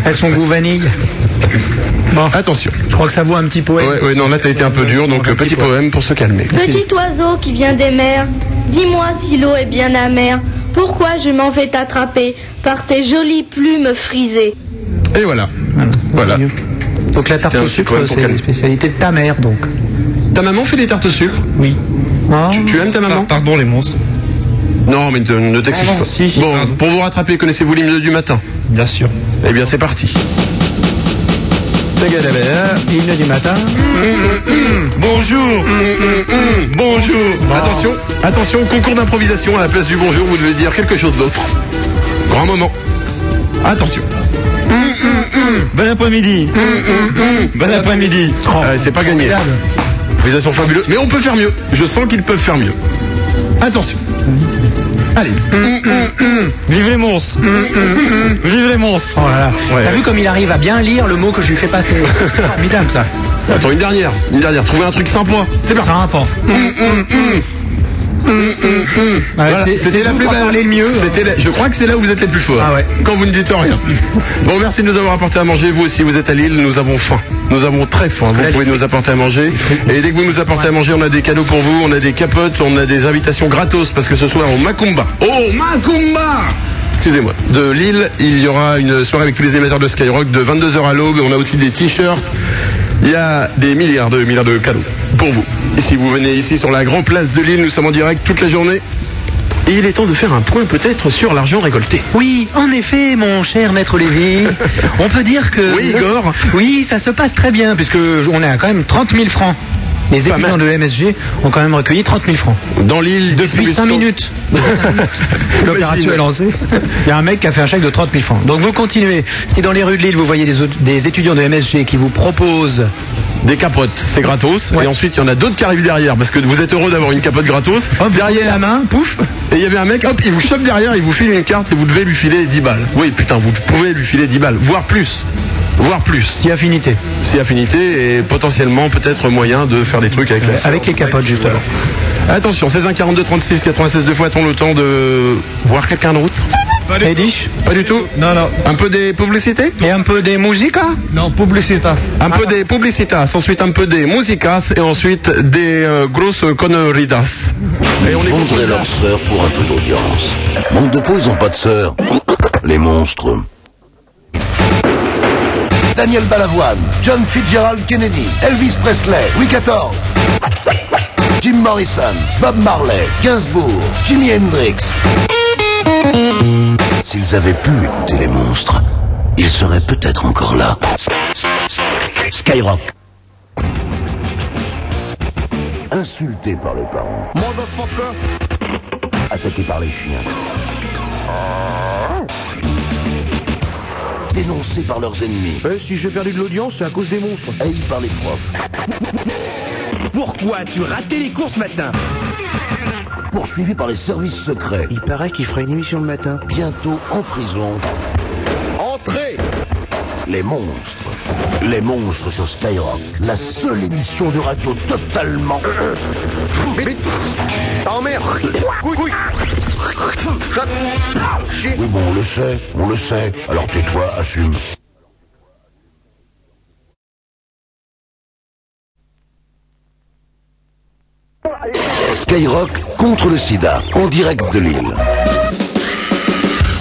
Elles sont goût vanille. Bon,
Attention.
je crois que ça vaut un petit poème.
Ouais, ouais, non, là t'as été un peu dur, donc euh, petit poème pour se calmer.
Petit oiseau qui vient des mers, dis-moi si l'eau est bien amère. Pourquoi je m'en vais t'attraper par tes jolies plumes frisées
Et voilà. Voilà.
Donc la tarte
C'était un
au
petit
sucre,
poème pour
c'est
calmer.
la spécialité de ta mère, donc. Hein
Ta maman fait des tartes au sucre
Oui.
Tu aimes ta maman
Ah, Pardon les monstres.
Non, mais te- ne t'excuse
Ah non,
pas.
si, si,
bon,
pardon.
pour vous rattraper, connaissez-vous l'hymne du matin
Bien sûr.
Eh bien, c'est parti. Tagadabada.
L'hymne du matin.
Bonjour, Mm, mm, mm. bonjour. Attention, attention, concours d'improvisation à la place du bonjour, vous devez dire quelque chose d'autre. Grand moment.
Oh,
Attention.
Bon après-midi. Bon après-midi.
Oh,
Euh, c'est pas gagné. Improvisation fabuleuse. Mais on peut faire mieux. Je sens qu'ils peuvent faire mieux. Attention. Allez.
Vive les monstres. Vive les monstres.
Oh là là.
Ouais.
T'as vu comme il arrive à bien lire le mot que je lui fais passer Formidable ça.
Attends, une dernière. Une dernière. Trouvez un truc sympa. C'est parti. Hum,
Ça rapporte. Ouais,
Voilà,
c'est-
C'était
c'est
la
vous
plus
qui en
belle.
parlez le mieux.
C'était la- Je crois que c'est là où vous êtes les plus forts.
Ah ouais.
Quand vous ne dites rien. Bon, merci de nous avoir apporté à manger. Vous aussi, vous êtes à Lille. Nous avons faim. Nous avons très faim. Vous pouvez nous apporter à manger. Et dès que vous nous apportez à manger, on a des cadeaux pour vous. On a des capotes. On a des invitations gratos parce que ce soir au Macumba. Oh, Macumba Excusez-moi. De Lille, il y aura une soirée avec tous les émetteurs de Skyrock de 22h à l'aube. On a aussi des t-shirts. Il y a des milliards de milliards de cadeaux pour vous. Et si vous venez ici sur la grande place de Lille, nous sommes en direct toute la journée. Et il est temps de faire un point peut-être sur l'argent récolté.
Oui, en effet, mon cher maître Lévy, on peut dire que...
Oui, Igor.
Oui, ça se passe très bien, puisque je- on est à quand même 30 000 francs. Les
Pas
étudiants
mal.
de MSG ont quand même recueilli 30 000 francs.
Dans l'île
Depuis 5 minutes. L'opération est lancée. Il y a un mec qui a fait un chèque de 30 000 francs. Donc vous continuez. Si dans les rues de Lille, vous voyez des, autres- des étudiants de MSG qui vous proposent...
Des capotes, c'est gratos.
Ouais.
Et ensuite, il y en a d'autres qui arrivent derrière parce que vous êtes heureux d'avoir une capote gratos.
Hop, derrière
derrière,
la main, pouf
et il y avait un mec, hop, il vous chope derrière, il vous file une carte et vous devez lui filer 10 balles. Oui, putain, vous pouvez lui filer 10 balles, voire plus. Voire plus.
Si affinité.
C'est affinité et potentiellement peut-être moyen de faire des trucs avec la
Avec les capotes, justement.
Attention, 16 1 42 36 96 deux fois, a-t-on le temps de voir quelqu'un d'autre
Edish
Pas du tout
Non non.
Un peu des publicités
Et un peu des musiques
Non publicitas.
Un
Ah.
peu des publicitas, ensuite un peu des musicas et ensuite des euh, grosses conneries.
Et on vendraient leurs sœurs pour un peu d'audience. Manque de peau, ils ont pas de sœurs. Les monstres. Daniel Balavoine, John Fitzgerald Kennedy, Elvis Presley, Louis XIV, Jim Morrison, Bob Marley, Gainsbourg, Jimi Hendrix. S'ils avaient pu écouter les monstres, ils seraient peut-être encore là. Skyrock. Insulté par les parents. Attaqué par les chiens. dénoncés par leurs ennemis.
Eh, si j'ai perdu de l'audience, c'est à cause des monstres.
Haïs par les profs.
Pourquoi as-tu raté les cours ce matin
Poursuivis par les services secrets.
Il paraît qu'il fera une émission le matin.
Bientôt en prison.
Entrez
Les monstres. Les monstres sur Skyrock. La seule émission de radio totalement.
T'emmerdes Couille
Oui, bon, on le sait, on le sait. Alors tais-toi, assume. Skyrock contre le sida, en direct de Lille.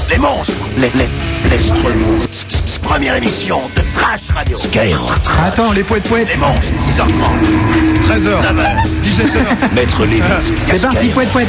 Les monstres
Les, les, les
Première émission de Trash Radio
Skyrock.
Attends, les poètes poètes.
Les monstres, 6h30
13h.
9h
17h.
Maître Lévy.
C'est parti, poète poète.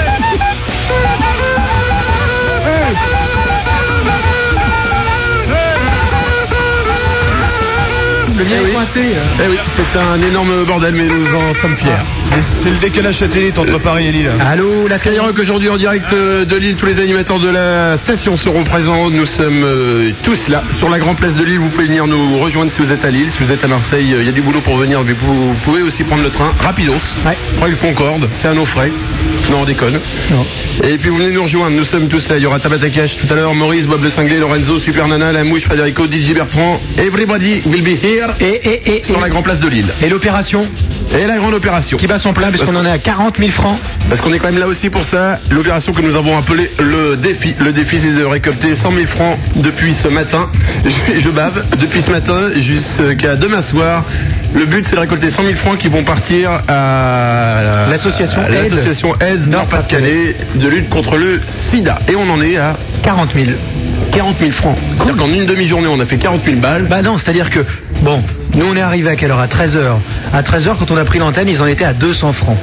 Le mien est coincé. euh.
Eh oui, c'est un énorme bordel, mais nous en sommes fiers.
C'est le décalage satellite entre Paris et Lille.
Ah.
Ah,
Allô, la
Skyrock aujourd'hui en direct euh, de Lille, tous les animateurs de la station seront présents. Nous sommes euh, tous là sur la grande place de Lille. Vous pouvez venir nous rejoindre si vous êtes à Lille, si vous êtes à Marseille. euh, Il y a du boulot pour venir, mais vous, vous pouvez aussi prendre le train rapidos.
Ouais.
Prendre le Concorde, c'est à nos frais. Non, on déconne. Et puis vous venez nous rejoindre. Nous sommes tous là. Il y aura Tabata Cash tout à l'heure, Maurice, Bob le Cinglé, Lorenzo, Super Nana, La Mouche, Federico, DJ Bertrand. Everybody will be here
Et, et, et,
sur
et-
la grande place de Lille.
et l'opération
Et la grande opération.
qui bat son plein, parce
Parce
qu'on en est à 40 000 francs.
Parce qu'on est quand même là aussi pour ça, l'opération que nous avons appelée le défi. Le défi, c'est de récolter 100 000 francs depuis ce matin. Je, je bave, depuis ce matin jusqu'à demain soir. Le but, c'est de récolter 100 000 francs qui vont partir à la-
L'association
à l'association Aids Nord-Pas-de-Calais de lutte contre le sida. Et on en est à
40 000.
40 000 francs. C'est-à-dire qu'en une demi-journée, on a fait 40 000 balles.
Bah non, c'est-à-dire que, bon, nous on est arrivé à quelle heure À 13h. À 13h, quand on a pris l'antenne, ils en étaient à 200 francs.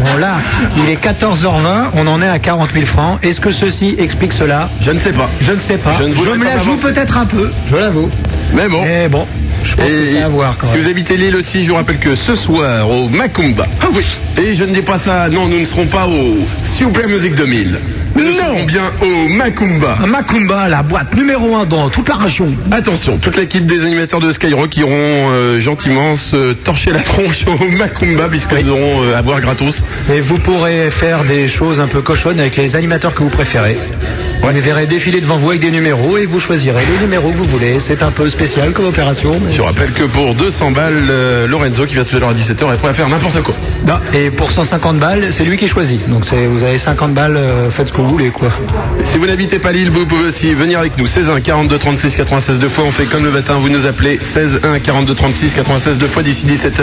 bon là, il est 14h20, on en est à 40 000 francs. Est-ce que ceci explique cela
Je ne sais pas.
Je ne sais pas.
Je ne voudrais
me
pas
la joue
m'avancer.
peut-être un peu, je l'avoue.
Mais bon.
Mais bon, je pense que
Et
c'est à voir quand
Si
même.
vous habitez Lille aussi, je vous rappelle que ce soir au Macumba. Ah oui. Et je ne dis pas ça. Non, nous ne serons pas au Super Music 2000. Nous serons bien au Macumba.
Macumba, la boîte numéro 1 dans toute la région.
Attention, toute l'équipe des animateurs de Skyrock iront euh, gentiment se torcher la tronche au Macumba puisque nous aurons euh, à boire gratos.
Et vous pourrez faire des choses un peu cochonnes avec les animateurs que vous préférez. Vous les verrez défiler devant vous avec des numéros et vous choisirez le numéro que vous voulez. C'est un peu spécial comme opération. mais-
Je rappelle que pour 200 balles, euh, Lorenzo qui vient tout à l'heure à 17h est prêt à faire n'importe quoi.
Non, et pour 150 balles, c'est lui qui choisit. Donc c'est, vous avez 50 balles, euh, faites ce que vous voulez, quoi.
Si vous n'habitez pas Lille, vous pouvez aussi venir avec nous. 16 1 42 36 96 deux fois. On fait comme le matin, vous nous appelez 16 1 42 36 96 deux fois d'ici 17h.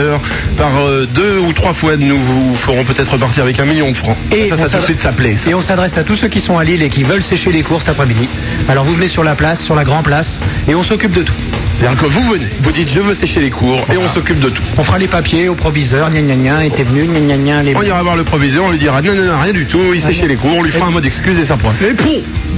Par euh, deux ou trois fois, nous vous ferons peut-être repartir avec un million de francs. ça,
on
ça tout de
s'adresse-
suite, ça plaît. ça.
Et on s'adresse à tous ceux qui sont à Lille et qui veulent sécher les cours cet après-midi. Alors vous venez sur la place, sur la Grand Place, et on s'occupe de tout.
C'est-à-dire que vous venez, vous dites je veux sécher les cours et on s'occupe de tout.
On fera les papiers au proviseur, gna gna gna, et t'es venu, gna gna gna, les...
On ira voir le proviseur, on lui dira non, non, non, rien du tout, il sait chez les cours, on lui fera un mot d'excuse et ça passe. Et pou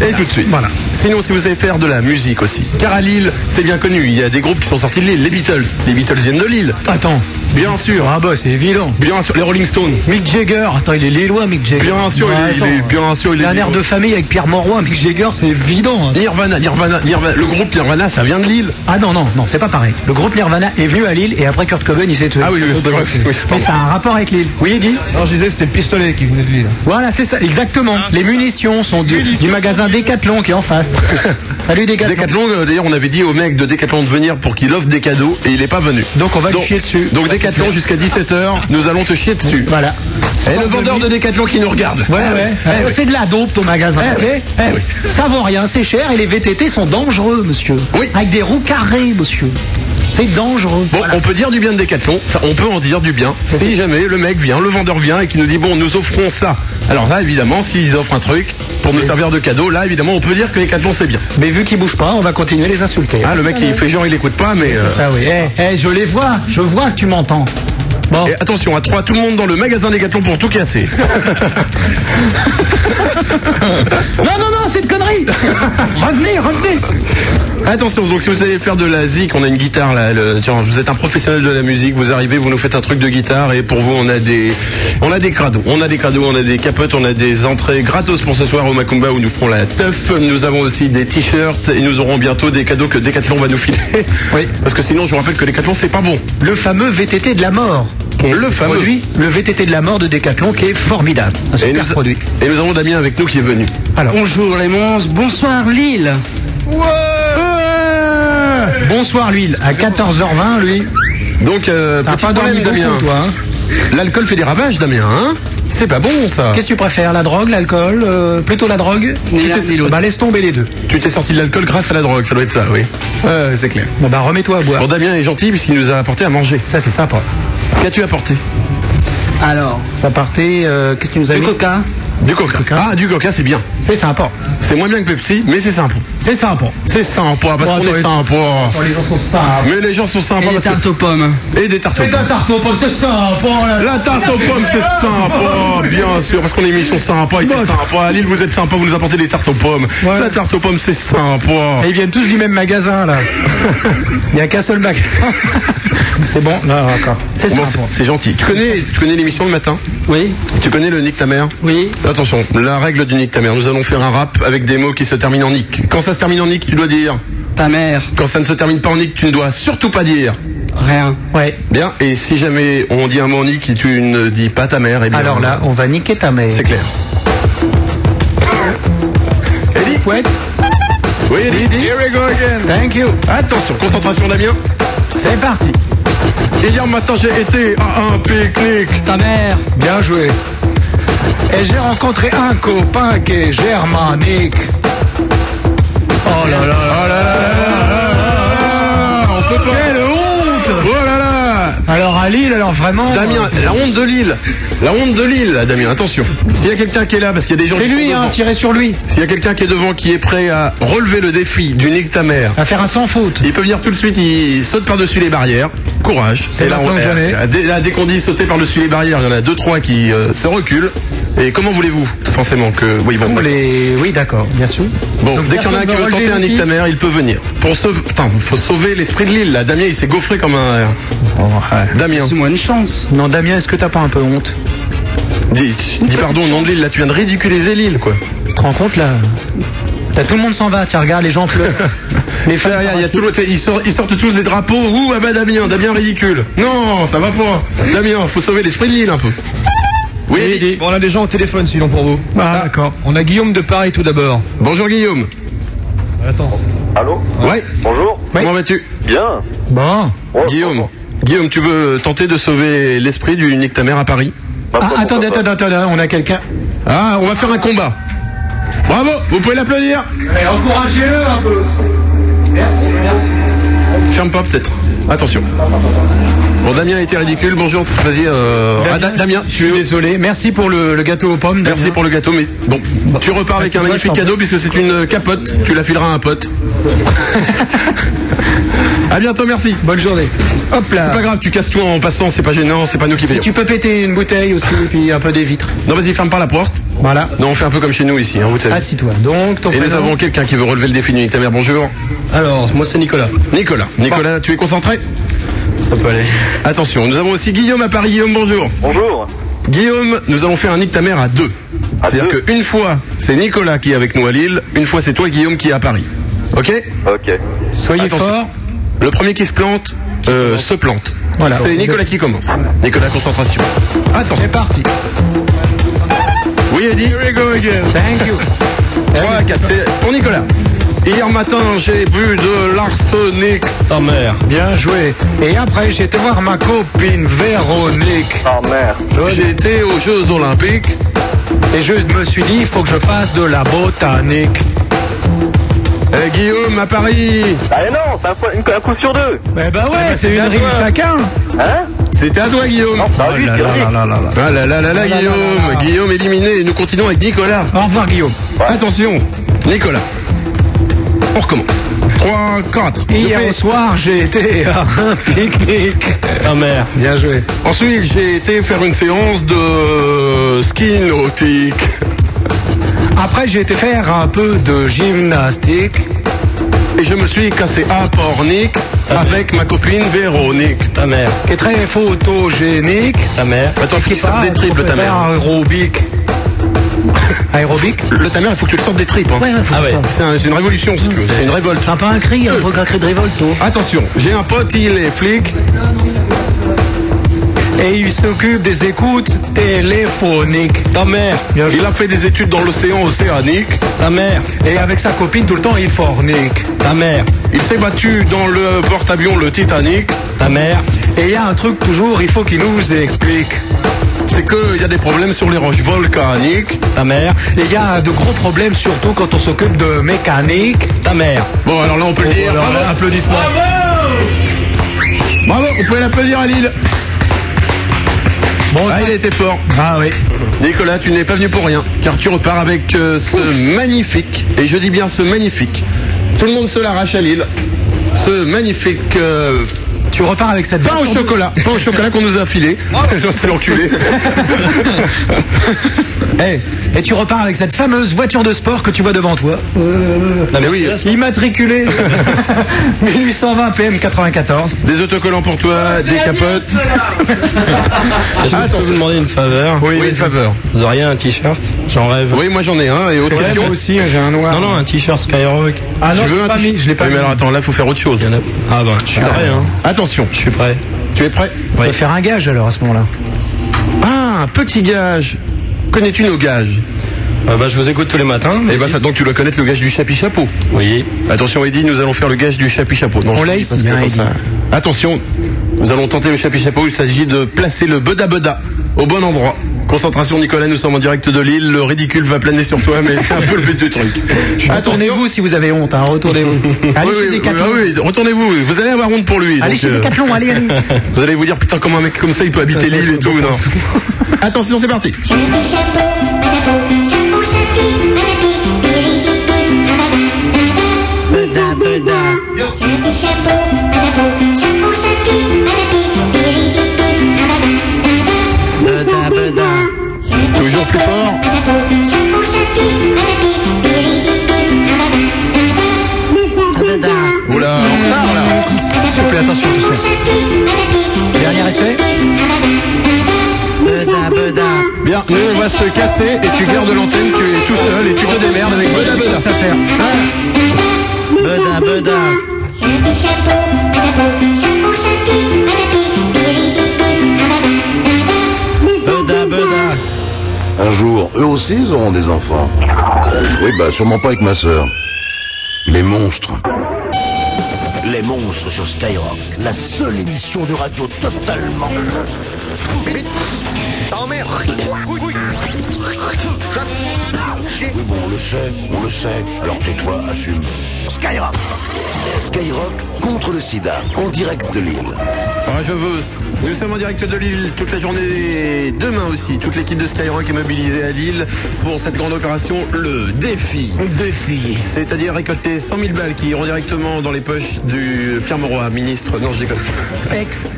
Et tout de suite. Voilà. Sinon, si vous savez faire de la musique aussi, car à Lille, c'est bien connu, il y a des groupes qui sont sortis de Lille, les Beatles. Les Beatles viennent de Lille.
Attends,
Bien sûr.
ah bah c'est évident.
Bien sûr, les Rolling Stones.
Mick Jagger, attends, il est Lillois, Mick Jagger.
Bien sûr,
Bah,
il est- il est-
attends,
bien sûr, il est
a un air
Lillois.
de famille avec Pierre Moroy, Mick Jagger, c'est évident. hein.
Nirvana, Nirvana, Nirvana. Le groupe Nirvana, ça vient de Lille.
Ah non, non, non, c'est pas pareil. Le groupe Nirvana est venu à Lille et après Kurt Cobain, il s'est tué.
Ah oui, oui, c'est vrai, oui, c'est
Mais
vrai.
ça a un rapport avec Lille. Oui, Eddy
Non, je disais, c'était le pistolet qui venait de Lille.
Voilà, c'est ça, exactement.
Ah,
Les munitions sont du, du magasin Decathlon qui est en face. Salut Decathlon.
Decathlon, euh, d'ailleurs, on avait dit au mec de Decathlon de venir pour qu'il offre des cadeaux et il n'est pas venu.
Donc, on va lui chier dessus.
Donc Decathlon jusqu'à 17h, nous allons te chier dessus.
Voilà.
Et le vendeur de Ah Decathlon qui nous regarde.
Ouais, ouais. Eh, c'est de la dope ton magasin.
Eh oui.
Eh, Ça vaut rien, c'est cher et les VTT sont dangereux, monsieur.
Oui.
Avec des roues carrées, monsieur. C'est dangereux.
Bon, on peut dire du bien de Decathlon, ça, on peut en dire du bien. Si jamais le mec vient, le vendeur vient et qui nous dit bon, nous offrons ça. Alors là, évidemment, s'ils offrent un truc pour nous servir de cadeau, là, évidemment, on peut dire que Decathlon c'est bien.
Mais vu qu'ils bougent pas, on va continuer à les insulter. hein.
Ah, le mec, il fait genre, il écoute pas, mais. euh,
C'est ça, oui. Eh, eh, je les vois, je vois que tu m'entends. Bon.
Et attention, à 3, tout le monde dans le magasin Decathlon pour tout casser.
Non, non, non, c'est de conneries Revenez, revenez
Attention, donc si vous savez faire de la zik, on a une guitare là. le- genre, vous êtes un professionnel de la musique, vous arrivez, vous nous faites un truc de guitare et pour vous, on a des, on a des crados, on a des crados, on a des capotes, on a des entrées gratos pour ce soir au Macumba où nous ferons la teuf. Nous avons aussi des t-shirts et nous aurons bientôt des cadeaux que Decathlon va nous filer. Oui. Parce que sinon, je vous rappelle que Decathlon, c'est pas bon.
Le fameux VTT de la mort.
Le fameux.
Produit, le VTT de la mort de Decathlon qui est formidable. Un
Et
super
nous,
produit.
et nous avons Damien avec nous qui est venu.
Bonjour les monstres, bonsoir Lille.
Bonsoir l'huile, à 14h20 lui.
Donc, euh,
T'as
petit
pas dormi
problème,
beaucoup,
Damien.
toi, hein
L'alcool fait des ravages, Damien, hein C'est pas bon, ça.
Qu'est-ce que tu préfères, la drogue, l'alcool euh, Plutôt la drogue
Ni
Tu
l'un
t'es-
ni l'autre.
Bah laisse tomber les deux.
Tu t'es sorti de l'alcool grâce à la drogue, ça doit être ça, oui. Ouais, c'est clair.
Bon bah remets-toi à boire.
Bon, Damien est gentil puisqu'il nous a apporté à manger.
Ça, c'est sympa.
Qu'as-tu apporté
Alors,
ça partait, euh, qu'est-ce que tu nous as
du
mis
coca.
Du coca. Ah, du coca, c'est bien.
C'est sympa.
C'est moins bien que Pepsi, mais c'est sympa.
C'est sympa.
C'est sympa, parce
Bon,
qu'on
attends,
est
les-
sympa.
Oh, les gens sont sympas.
Mais les gens sont sympas
Et des
parce
tartes aux pommes.
que... Et des tartes aux
Et
pommes.
la tarte aux pommes, c'est sympa.
La tarte aux pommes, c'est sympa, bien sûr, parce qu'on est une émission sympa, il était sympa. À Lille, vous êtes sympa, vous nous apportez des tartes aux pommes. La tarte aux pommes, c'est sympa.
Et ils viennent tous du même magasin là. Il n'y a qu'un seul magasin. c'est bon, non, d'accord. C'est
Bon,
sympa.
c'est- c'est gentil. Tu connais, tu connais l'émission le matin
Oui.
Tu connais le nick ta mère
Oui.
Attention, la règle du nick ta mère. Nous allons faire un rap avec des mots qui se terminent en nick. Quand ça se termine en nick, tu dois dire.
Ta mère.
Quand ça ne se termine pas en nick, tu ne dois surtout pas dire.
Rien.
Ouais.
Bien. Et si jamais on dit un mot en nick et tu ne dis pas ta mère, eh bien.
Alors là, on va niquer ta mère.
c'est clair. Eddie
Pouette.
Oui, Eddie. Here we go again.
Thank you.
Attention, concentration Damien.
C'est parti.
Et Hier matin, j'ai été à un pique-nique.
Ta mère.
Bien joué. Et j'ai rencontré un copain qui est germanique. Oh là là.
Oh là là là là là là là, On peut pas. Quelle honte Oh là là
Alors à Lille, alors vraiment. euh,
Damien, la honte de Lille. La honte de Lille, là, Damien, attention. S'il y a quelqu'un qui est là, parce qu'il y a des gens
C'est
qui
lui,
sont
hein,
devant.
tirer sur lui.
S'il y a quelqu'un qui est devant qui est prêt à relever le défi du nique ta mère,
À faire un sans faute.
il peut venir tout de suite, il saute par-dessus les barrières. Courage.
C'est
Et là,
maintenant
on-
ou jamais.
Dès, là, dès qu'on dit sauter par-dessus les barrières, il y en a deux, trois qui euh, se reculent. Et comment voulez-vous Forcément que. Oui, bon.
Ou
d'accord.
les- Oui, d'accord, bien sûr.
Bon, dès qu'il y en
personne
a un qui
veut
veut
relever
tenter un
le
nique ta
défi
mère, il peut venir. Pour sauver. Putain, faut sauver l'esprit de Lille, là. Damien, il s'est gaufré comme un. euh, Damien.
C'est moi une chance.
Non, Damien, est-ce que t'as pas un peu honte
Dis, dis pardon, nom de l'île, là tu viens de ridiculiser l'île quoi.
Tu te rends compte là T'as tout le monde s'en va, tiens, regarde, les gens pleurent. les femmes
Derrière, Ah, il y a tout le- t'sais, ils, sortent, ils sortent tous des drapeaux. Ouh, ah bah Damien, Damien ridicule. Non, ça va pas. Damien, faut sauver l'esprit de l'île un peu. Oui, Eddie.
Bon, on a des gens au téléphone sinon pour vous.
Ah, d'accord.
On a Guillaume de Paris tout d'abord.
Bonjour Guillaume.
Attends.
Allô
Ouais,
Bonjour
comment vas-tu
Bien
Bon.
Ouais,
Guillaume. Guillaume, tu veux tenter de sauver l'esprit du Nick ta mère à Paris
bah,
Ah,
comment
attendez,
ça va
attendez, attendez, on a quelqu'un.
Ah, on va faire un combat. Bravo, vous pouvez l'applaudir.
Encouragez-le un peu. Merci, merci.
Ferme pas peut-être. Attention. Bon, Damien a été ridicule. Bonjour, vas-y. euh, ah, Da- Damien,
je suis désolé. Merci pour le, le gâteau aux pommes. Damien.
Merci pour le gâteau, mais bon,
Bah,
tu repars avec
Merci,
un
moi,
magnifique
je t'en
cadeau puisque c'est une euh, capote. Tu la fileras à un pote. à bientôt, merci.
Bonne journée. Hop
Ah.
là.
C'est pas grave, tu casses tout en passant, c'est pas gênant, c'est pas nous qui
Si
payons.
tu peux péter une bouteille aussi et puis un peu des vitres.
Non, vas-y, ferme pas la porte.
Voilà.
Non, on fait un peu comme chez nous ici, hein, vous
Ah,
savez.
Assis-toi. Donc, ton
Et nous
prénom
avons quelqu'un qui veut relever le défi du Nick ta mère. Bonjour.
Alors, moi c'est Nicolas.
Nicolas. Nicolas, tu es concentré
Ça peut aller.
Attention, nous avons aussi Guillaume à Paris. Guillaume, bonjour.
Bonjour
Guillaume, nous allons faire un Nick ta mère à deux. C'est-à-dire qu'une fois, c'est Nicolas qui est avec nous à Lille, une fois, c'est toi, Guillaume, qui est à Paris. Ok
Ok.
Soyez
Attention.
fort.
Le premier qui se plante euh, se plante.
Voilà.
C'est Nicolas qui commence. Nicolas, concentration. Attention.
C'est parti.
Oui, Eddie Here we go again.
Thank you.
3, 4, c'est pour Nicolas. Hier matin, j'ai bu de l'arsenic.
Ta mère.
Bien joué. Et après, j'ai été voir ma copine Véronique.
Ah merde
J'ai été aux Jeux Olympiques.
Et je me suis dit, il faut que je fasse de la botanique.
Euh, Guillaume à Paris.
Ah non, c'est un, fois- une- un coup sur deux
Eh ben ouais, c'est une
à
rime
toi.
chacun.
Hein
C'était à toi, Oh, Guillaume.
Bah lui, c'est vrai.
Ah là là là là, Guillaume. Guillaume éliminé. Et nous continuons avec Nicolas.
Au revoir, Guillaume.
Attention, Nicolas. On recommence. 3, 4.
Hier au soir, j'ai été à un pique-nique.
Ta mère.
Bien joué.
Ensuite, j'ai été faire une séance de ski nautique.
À Après, j'ai été faire un peu de gymnastique.
Et je me suis cassé à Pornic avec ma copine Véronique.
Ah,
Ta mère.
Qui est très photogénique.
Ta mère.
Attends, faut qu'il sorte des triples, ta mère.
aérobique. Aérobique
Le ta mère, il faut que tu le sortes des tripes. hein.
Ouais, ouais, faut
ah
que
ouais.
tu le sortes.
C'est un- c'est une révolution, si tu veux. C'est une révolte.
C'est un peu un cri, un peu un cri de révolte. toi.
Attention, j'ai un pote, il est flic.
Et il s'occupe des écoutes téléphoniques.
Ta mère.
Bien joué.
Il a fait des études dans l'océan océanique.
Ta mère.
Et avec sa copine, tout le temps, il fornique.
Ta mère.
Il s'est battu dans le porte-avions, le Titanic.
Ta mère.
Et il y a un truc toujours, il faut qu'il nous explique.
C'est qu'il y a des problèmes sur les roches volcaniques.
Ta mère.
Et il y a de gros problèmes, surtout quand on s'occupe de mécanique.
Ta mère.
Bon, alors là, on peut le dire.
Oh, Alors,
Bravo,
applaudissements.
bravo, on pouvez l'applaudir à Lille.
Bon,
Ah, il a été fort.
Ah oui.
Nicolas, tu n'es pas venu pour rien, car tu repars avec euh, ce magnifique, et je dis bien ce magnifique, tout le monde se l'arrache à Lille, ce magnifique euh,
Tu repars avec cette
pain au
voiture de-
chocolat, Ah, pain au chocolat qu'on nous a filé. Genre, c'est l'enculé.
Eh, et tu repars avec cette fameuse voiture de sport que tu vois devant toi.
Non, mais oui,
Immatriculée 1820 PM 94.
des autocollants pour toi, des capotes.
Je vais
Attention.
vous demander une faveur.
Oui, une faveur.
Vous auriez un t-shirt J'en rêve.
Oui, moi j'en ai un, et autre question.
aussi, j'ai un noir.
Ah, Non, non, un t-shirt Skyrock.
Ah non,
Tu
je
veux
l'ai
un
pas
t-shirt
mis, je l'ai pas
Oui,
mis.
mais alors attends, là, faut faire autre chose.
Il y en a- Ah bah, je suis prêt, hein.
Attention,
Je suis prêt.
tu es prêt
On
Oui.
peut faire un gage alors à ce moment-là.
Ah, un petit gage. Connais-tu nos gages
Ah bah, je vous écoute tous les matins.
Eh ben, ça, donc tu dois connaître le gage du chapi chapeau.
Oui.
Attention Eddy, nous allons faire le gage du chapi chapeau. Non,
On
je
l'a
dis
ici,
parce que
hein,
comme
Eddy.
Attention, nous allons tenter le chapi chapeau. Il s'agit de placer le beda beda au bon endroit. Concentration Nicolas, nous sommes en direct de Lille. Le ridicule va planer sur toi, mais c'est un peu le but du truc. Attention.
Retournez-vous si vous avez honte, hein, retournez-vous. allez
Oui, oui,
chez
ah
Decathlon.
oui, oui, retournez-vous. Vous allez avoir honte pour lui.
Allez
donc,
chez
euh,
Decathlon, allez, allez.
vous allez vous dire putain comment un mec comme ça il peut habiter Lille et tout. Non. Attention, c'est parti. Toujours plus fort. Oula, en retard là.
S'il vous plaît, attention, attention. Dernier essai.
Bien, nous on va se casser et tu gardes l'antenne, tu es tout seul et tu te démerdes avec Beda Beda.
Ça fait.
Un jour, eux aussi, ils auront des enfants. Oui, bah, sûrement pas avec ma sœur. Les monstres.
Les monstres sur Skyrock, la seule émission de radio totalement.
Oui, bon, on le sait, on le sait. Alors tais-toi, assume.
Skyrock.
Skyrock contre le sida, en direct de Lille.
Ah, je veux. Nous sommes en direct de Lille toute la journée et demain aussi. Toute l'équipe de Skyrock est mobilisée à Lille pour cette grande opération, le défi.
Défi.
C'est-à-dire récolter 100 000 balles qui iront directement dans les poches du Pierre Mauroy, ministre. Non, je déconne.
Ex.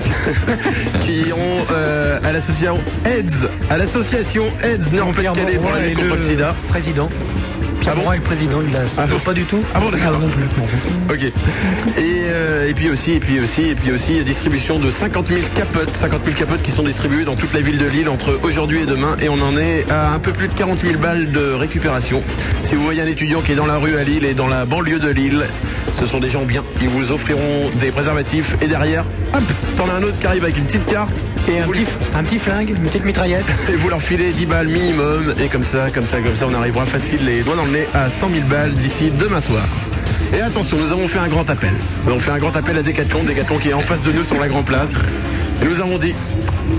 qui iront euh, à l'association AIDS, à l'association AIDS Nord-Pas-de-Calais pour la lutte contre le sida.
Président. Pierre
Ah bon
Morin est le président de la.
Ah bon
pas du tout.
Ah bon, d'accord.
non plus. non.
Ok. Et, euh, et puis aussi, et puis aussi, et puis aussi, distribution de 50 000 capotes, 50 000 capotes qui sont distribuées dans toute la ville de Lille entre aujourd'hui et demain. Et on en est à un peu plus de 40 000 balles de récupération. Si vous voyez un étudiant qui est dans la rue à Lille et dans la banlieue de Lille, ce sont des gens bien. Ils vous offriront des préservatifs. Et derrière, hop, t'en as un autre qui arrive avec une petite carte.
Et un
Vous
petit, un petit flingue, une petite mitraillette.
et vous leur filez 10 balles minimum. Et comme ça, comme ça, comme ça, on arrivera facile les doigts dans le nez à 100 000 balles d'ici demain soir. Et attention, nous avons fait un grand appel. Nous avons fait un grand appel à Decathlon, Decathlon qui est en face de nous sur la Grand Place. Et nous avons dit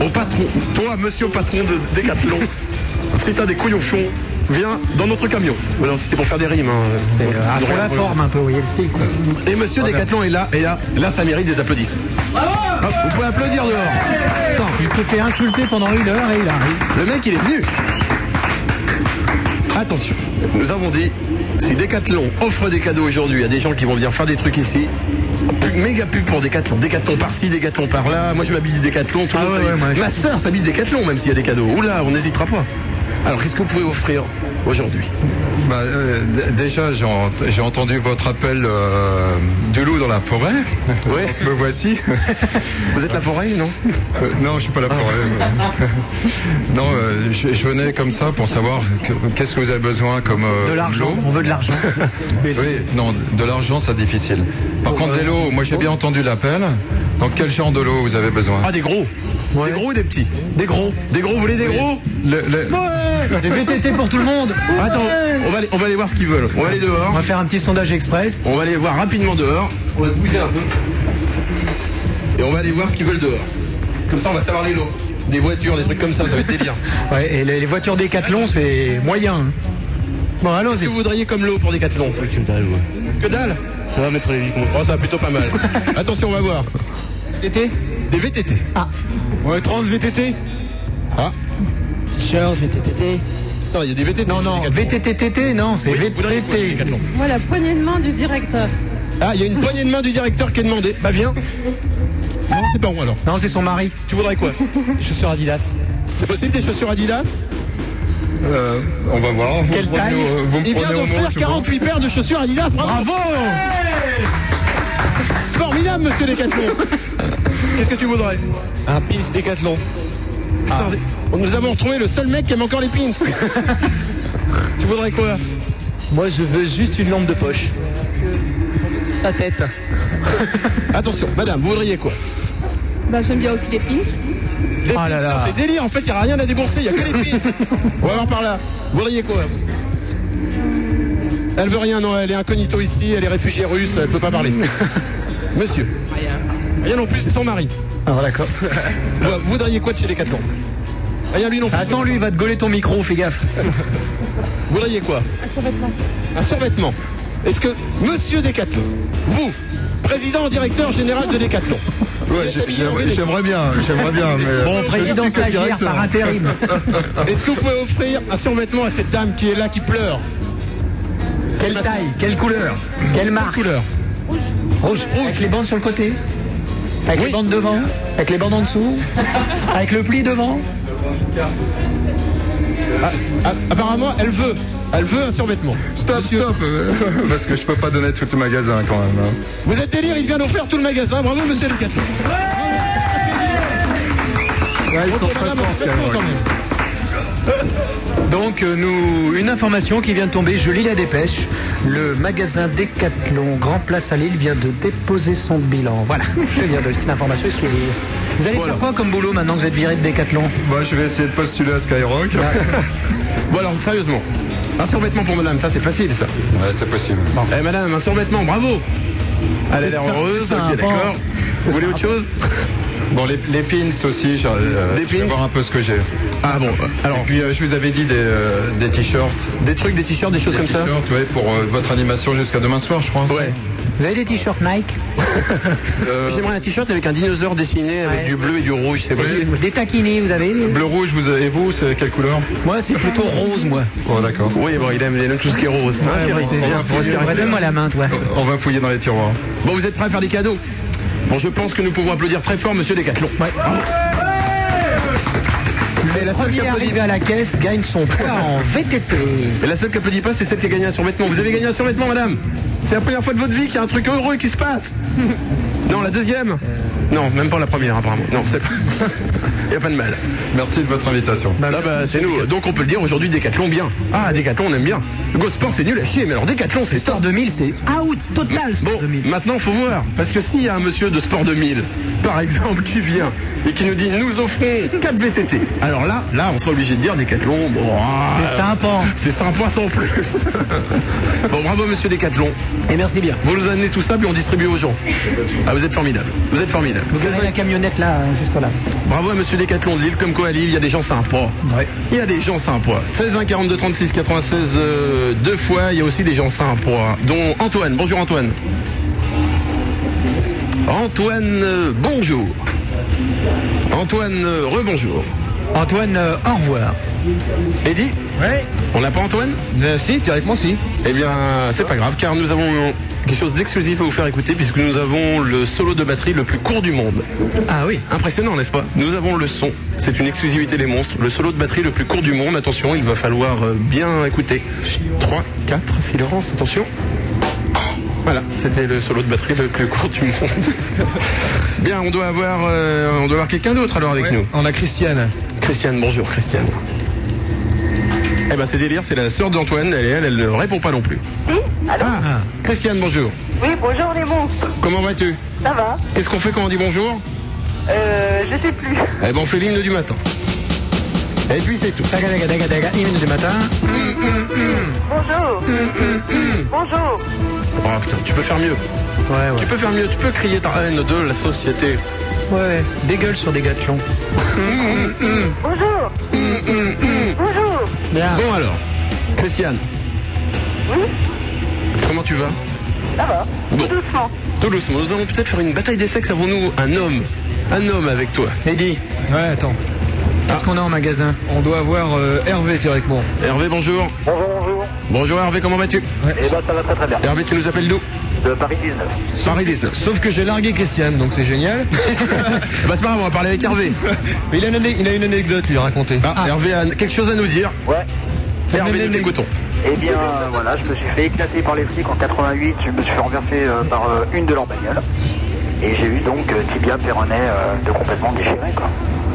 au patron, toi, monsieur patron de Decathlon, si t'as des couillons fond, viens dans notre camion. Voilà, c'était pour faire des rimes. hein.
euh, À
Nous
fond la
rien-
forme un peu, vous voyez le style quoi.
et monsieur Decathlon est là, et là, là, ça mérite des applaudissements. Hop, vous pouvez applaudir dehors.
Attends, il se fait insulter pendant une heure et il arrive.
Le mec, il est venu. Attention, nous avons dit, si Decathlon offre des cadeaux aujourd'hui à des gens qui vont venir faire des trucs ici, pu- méga pub pour Decathlon. Decathlon par-ci, Decathlon par-là. Moi, je m'habille Decathlon. Tout le
Ah
monde
ouais,
s'habille-
ouais, moi, je-
Ma sœur s'habille Decathlon, même s'il y a des cadeaux. Oula, on n'hésitera pas. Alors, qu'est-ce que vous pouvez offrir aujourd'hui
Bah, euh, d- déjà, j'ai ent- j'ai entendu votre appel euh, du loup dans la forêt. Oui. Me voici. Euh,
Vous êtes la forêt, non
Non, je suis pas la forêt. mais- non, euh, je, je venais comme ça pour savoir que- qu'est-ce que vous avez besoin comme euh,
De l'argent,
lot.
on veut de l'argent.
Oui, non, de l'argent, c'est difficile.
Oh,
Par contre, des lots, moi j'ai bien entendu l'appel. Donc, quel genre de lot vous avez besoin
Ah, des gros Des gros ou des petits Des gros. Des gros, vous voulez des gros
Le- le-
Des VTT pour tout le monde.
Attends, on va, aller, on va aller voir ce qu'ils veulent. On va aller dehors.
On va faire un petit sondage express.
On va aller voir rapidement dehors. On va se bouger un peu. Et on va aller voir ce qu'ils veulent dehors. Comme ça, on va savoir les lots. Des voitures, des trucs comme ça, ça va être délire.
Ouais, et les, les voitures Décathlon, c'est moyen. hein. Bon, allons-y.
Qu'est-ce que vous voudriez comme lot pour Décathlon Que dalle, Que dalle Ça va mettre les vicons. Oh, ça va plutôt pas mal. Attention, on va voir.
VTT
Des VTT.
Ah.
Ouais, trans VTT. Ah.
T-shirts, VTTT.
Attends, il y a des VTT.
Non, non, VTTTT, non, c'est VTT.
Voilà, poignée de main du directeur.
Ah, il y a une poignée de main du directeur qui est demandée. Bah, viens. Non, c'est pas moi alors.
Non, c'est son mari.
Tu voudrais quoi Des chaussures Adidas. C'est possible des chaussures Adidas
Euh, on va voir. Vous
Quelle
me prenez
taille
au- vous me
Il vient
prenez au mot,
d'offrir
je pense.
48 paires de chaussures Adidas. Bravo, Formidable, monsieur Décathlon Qu'est-ce que tu voudrais Un pins Ah. Décathlon. Nous avons retrouvé le seul mec qui aime encore les pins. tu voudrais quoi
Moi, je veux juste une lampe de poche. Sa tête.
Attention, madame, vous voudriez quoi
Bah, j'aime bien aussi les pins.
Des pins. Non, C'est délire, en fait, il n'y a rien à débourser, il n'y a que les pins. On va voir par là. Vous voudriez quoi Elle veut rien, non, elle est incognito ici, elle est réfugiée russe, elle peut pas parler. Monsieur. Rien. Rien non plus, c'est son mari.
Ah, d'accord.
Vous- Vous voudriez quoi de chez Decathlon Rien lui non plus.
Attends, lui, il va te gauler ton micro, fais gaffe.
Vous voudriez quoi
Un survêtement.
Un survêtement. Est-ce que Monsieur Decathlon, vous, président directeur général de Decathlon,
Ouais, j'ai- j'aimerais- j'aimerais bien, j'aimerais bien.
Est-ce
mais- euh,
que vous
je
pouvez
suis
offrir-
que directeur.
Est-ce que vous pouvez offrir un survêtement à cette dame qui est là, qui pleure
Quelle taille, quelle couleur, quelle marque couleur Rouge. Rouge. Avec les bandes sur le côté Avec les bandes devant Avec les bandes en dessous Avec le pli devant
Ah, ah, Apparemment, elle veut. Elle veut un survêtement.
Stop, stop, euh, parce que je peux pas donner tout le magasin quand même. hein.
Vous êtes délire, il vient nous faire tout le magasin. Bravo, monsieur Decathlon.
Ouais, ils sont
Ok,
très
madame,
forts,
faites
quand même.
fort, quand même.
Donc euh, nous une information qui vient de tomber, je lis la dépêche. Le magasin Decathlon Grand Place à Lille vient de déposer son bilan. Voilà, je viens de cette information est sous l'île. Vous allez faire quoi comme boulot maintenant que vous êtes viré de Decathlon
Bah, je vais essayer de postuler à Skyrock.
Bon alors sérieusement, un survêtement pour madame, ça c'est facile ça.
Ouais, c'est possible.
Eh madame, un survêtement, bravo Elle a l'air
C'est ça,
heureuse,
c'est ça,
ok
un
d'accord.
pan.
Vous voulez autre chose
Bon, les, les pins aussi, je, euh,
Des
je vais
pins
voir un peu ce que j'ai.
Ah bon, alors.
Et puis, euh, je vous avais dit des, euh, des t-shirts.
Des trucs, des t-shirts, des choses comme ça
t-shirts, ouais, pour euh, votre animation jusqu'à demain soir, je crois.
Ouais.
Vous avez des t-shirts Nike
Euh,
J'aimerais un t-shirt avec un dinosaure dessiné avec du bleu et du rouge, c'est possible
Des taquinis, vous avez
Bleu rouge, vous et vous, c'est quelle couleur
Moi c'est plutôt rose moi.
Oh, d'accord.
Oui bon il aime, il aime tout ce qui est rose.
Ouais,
Ouais,
ouais,
bon,
c'est
on va-
bien.
on va se faire-
Ouais, Donne-moi la main toi.
On va fouiller dans les tiroirs.
Bon vous êtes prêts à faire des cadeaux Bon je pense que nous pouvons applaudir très fort monsieur Decathlon.
Le
seule qui
premier
applaudit.
arrivé à la caisse gagne son plat en VTT.
Et la seule qui applaudit pas c'est celle qui a gagné un survêtement. Vous avez gagné un survêtement madame C'est la première fois de votre vie qu'il y a un truc heureux qui se passe Non la deuxième
Euh.
Non même pas la première apparemment. Non c'est pas. Il a pas de mal.
Merci de votre invitation.
Ah bah, c'est nous, donc on peut le dire aujourd'hui Décathlon bien. Ah Décathlon on aime bien. Le Gosport c'est nul à chier, mais alors Décathlon c'est
Sport
sport.
2000 c'est out total.
Bon, maintenant faut voir, parce que s'il y a un monsieur de Sport 2000, par exemple, qui vient et qui nous dit nous offrons 4 VTT, alors là, là on sera obligé de dire Décathlon, bon, ah,
C'est sympa.
c'est sympa sans plus. bon bravo monsieur Décathlon,
Et merci bien.
vous nous amenez tout ça puis on distribue aux gens. Ah vous êtes formidable, vous êtes formidable.
Vous avez la camionnette là, hein, juste là.
Bravo à Monsieur Décathlon de Lille, comme quoi à Lille, il y a des gens sympas.
Ouais.
Il y a des gens sympas. 16 1 42 36 96 euh, deux fois, il y a aussi des gens sympas, dont Antoine. Bonjour Antoine. Antoine, euh, bonjour. Antoine, euh, rebonjour.
Antoine, euh, au revoir.
Eddy
Ouais. Euh,
On n'a pas Antoine
si, théoriquement si.
Eh bien, c'est pas grave, car nous avons quelque chose d'exclusif à vous faire écouter puisque nous avons le solo de batterie le plus court du monde.
Ah oui.
Impressionnant, n'est-ce pas Nous avons le son. C'est une exclusivité des monstres. Le solo de batterie le plus court du monde. Attention, il va falloir euh, bien écouter. 3, 4, silence, attention. Voilà, c'était le solo de batterie le plus court du monde. Bien, on doit avoir, euh, on doit avoir quelqu'un d'autre alors avec nous.
On a Christiane.
Christiane, bonjour Christiane. Eh ben c'est délire, c'est la sœur d'Antoine, elle, elle, elle ne répond pas non plus.
Si Allô
Ah, Christiane, bonjour.
Oui, bonjour les monstres.
Comment vas-tu
Ça va
Qu'est-ce qu'on fait quand on dit bonjour
Euh, je sais plus.
Eh ben on fait l'hymne du matin. Et puis c'est tout.
Daga, daga, daga, daga, hymne du matin.
Bonjour. Bonjour.
Oh putain, tu peux faire mieux. Tu peux faire mieux, tu peux crier ta haine de la société.
Ouais, des gueules sur des gâtelons.
Bonjour. Bonjour.
Bien.
Bon alors, Christiane.
Oui
Comment tu vas
Ça va
Bon.
Doucement.
Tout doucement, nous allons peut-être faire une bataille des sexes. Avons-nous un homme Un homme avec toi
Eddy. Ouais, attends.
Qu'est-ce qu'on a en magasin
On doit avoir euh, Hervé directement.
Hervé, bonjour.
Bonjour, bonjour.
Bonjour Hervé, comment vas-tu
Eh ben, ça va très très bien.
Hervé, tu nous appelles d'où
De Paris 19.
Paris 19.
Sauf que j'ai largué Christiane, donc c'est génial.
Bah c'est pas grave, on va parler avec Hervé.
Mais il a une, ané- il a une anecdote lui à raconter.
Ah, Hervé a quelque chose à nous dire.
Ouais.
Hervé, nous t'écoutons.
Eh bien, euh, voilà, je me suis fait éclater par les flics en 88. Je me suis fait renverser euh, par euh, une de leurs bagnoles. Et j'ai eu donc euh, tibia, péronet euh, de complètement déchiré, quoi.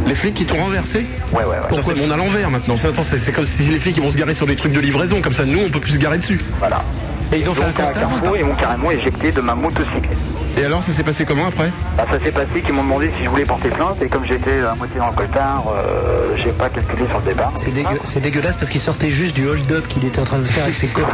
Les flics qui t'ont renversé
Ouais, ouais, ouais.
Putain, c'est mon à l'envers maintenant. Ça, attends, C'est c'est comme si les flics ils vont se garer sur des trucs de livraison, comme ça nous on peut plus se garer dessus.
Voilà.
Et ils ont fait un
Donc, à
constat
carrefour, ils m'ont carrément éjecté de ma motocyclette.
Et alors ça s'est passé comment après
Bah, ça s'est passé qu'ils m'ont demandé si je voulais porter plainte et comme j'étais à moitié dans le coltard, euh, j'ai pas calculé sur le départ.
C'est dégueu- c'est dégueulasse parce qu'il sortait juste du hold-up qu'il était en train de faire avec ses copains.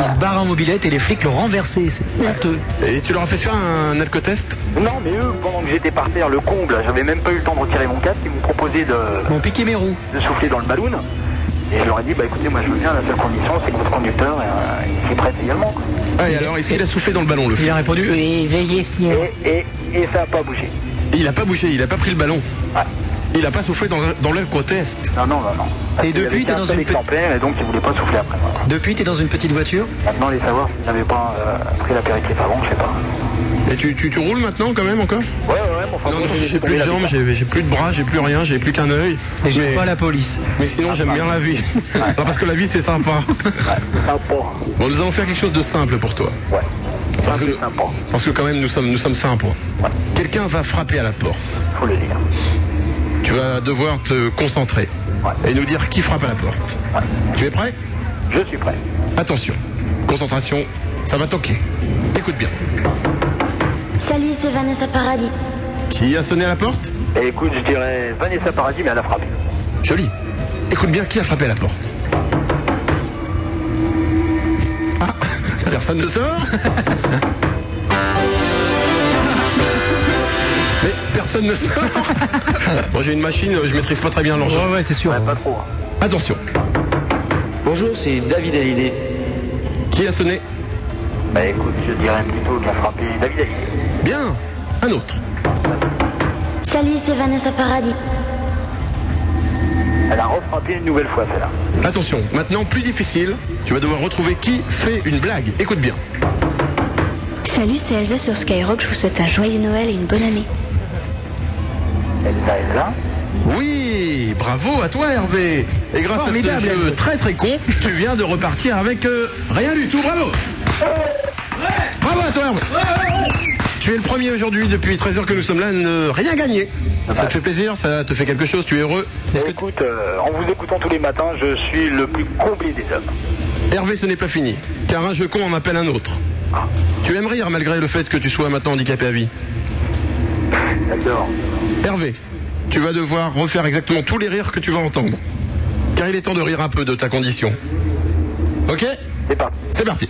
Il se barre en mobilette et les flics le renversaient. C'est honteux.
Et tu leur as fait faire un alcotest
Non mais eux, pendant que j'étais par terre, le comble, j'avais même pas eu le temps de retirer mon casque, ils m'ont proposé de,
Mon piqué mes roues.
de souffler dans le ballon. Et je leur ai dit, bah écoutez, moi je veux bien, la seule condition c'est que votre conducteur euh, il s'y prête également. quoi.
Ah et alors est-ce qu'il a soufflé dans le ballon le flic
Il a répondu Oui, veillez si.
Et, et, et ça a pas bougé.
Il a pas bougé, il a pas pris le ballon.
Ouais.
Il a pas soufflé dans, le- dans l'alcotest.
Non, non, non, non. Parce
Et
qu'il
depuis,
avait
t'es
été
dans
un seul
une petite-
exemplaire et donc ils voulaient pas souffler après. voilà.
Depuis, t'es dans une petite voiture
Maintenant, les savoir s'ils n'avaient pas euh, pris l'apéritif avant, je sais pas.
Et tu, tu, tu roules maintenant quand même encore
Ouais, ouais, ouais, mais enfin,
Non,
bon,
non,
j'ai
j'ai plus
trouvé
de
la
jambes,
victoire.
j'ai j'ai plus de bras, j'ai plus rien, j'ai plus qu'un œil.
Et j'aime
Mais,
pas la police.
mais sinon j'aime bien la Ah, vie. Non, parce que la vie c'est sympa.
Sympa.
Bon, nous allons faire quelque chose de simple pour toi.
Ouais.
Parce que,
Sympa,
parce que quand même nous sommes, nous sommes simples. Quelqu'un va frapper à la porte.
faut le dire.
Tu vas devoir te concentrer et nous dire qui frappe à la porte. Tu es prêt
Je suis prêt.
Attention, concentration, ça va toquer. Écoute bien.
Salut, c'est Vanessa Paradis.
Qui a sonné à la porte
Et Eh, écoute, je dirais Vanessa Paradis, mais à la frappe.
Joli. Écoute bien qui a frappé à la porte. Ah, personne ne sort Mais personne ne sort Bon, j'ai une machine, je maîtrise pas très bien l'enjeu.
Ouais, ouais, c'est sûr.
Pas trop. hein.
Attention,
Bonjour, c'est David Hallyday.
qui a sonné
Bah écoute, je dirais plutôt qu'à frapper David Hallyday.
Bien, un autre.
Salut, c'est Vanessa Paradis.
Elle a refrappé une nouvelle fois, celle-là.
Attention, maintenant plus difficile, tu vas devoir retrouver qui fait une blague. Écoute bien.
Salut, c'est Elsa sur Skyrock. Je vous souhaite un joyeux Noël et une bonne année.
Elsa, Elsa.
Oui, bravo à toi Hervé. Et grâce à ce jeu très très con, tu viens de repartir avec euh, rien du tout. Bravo. Bravo à toi Hervé. Tu es le premier aujourd'hui depuis 13 heures que nous sommes là à ne rien gagner. Ça te fait plaisir, ça te fait quelque chose, tu es heureux.
Bah, écoute, euh, en vous écoutant tous les matins, je suis le plus comblé des hommes.
Hervé, ce n'est pas fini, car un jeu con en appelle un autre. Tu aimes rire malgré le fait que tu sois maintenant handicapé à vie.
D'accord.
Hervé, tu vas devoir refaire exactement tous les rires que tu vas entendre. Car il est temps de rire un peu de ta condition. Ok
C'est parti.
C'est parti.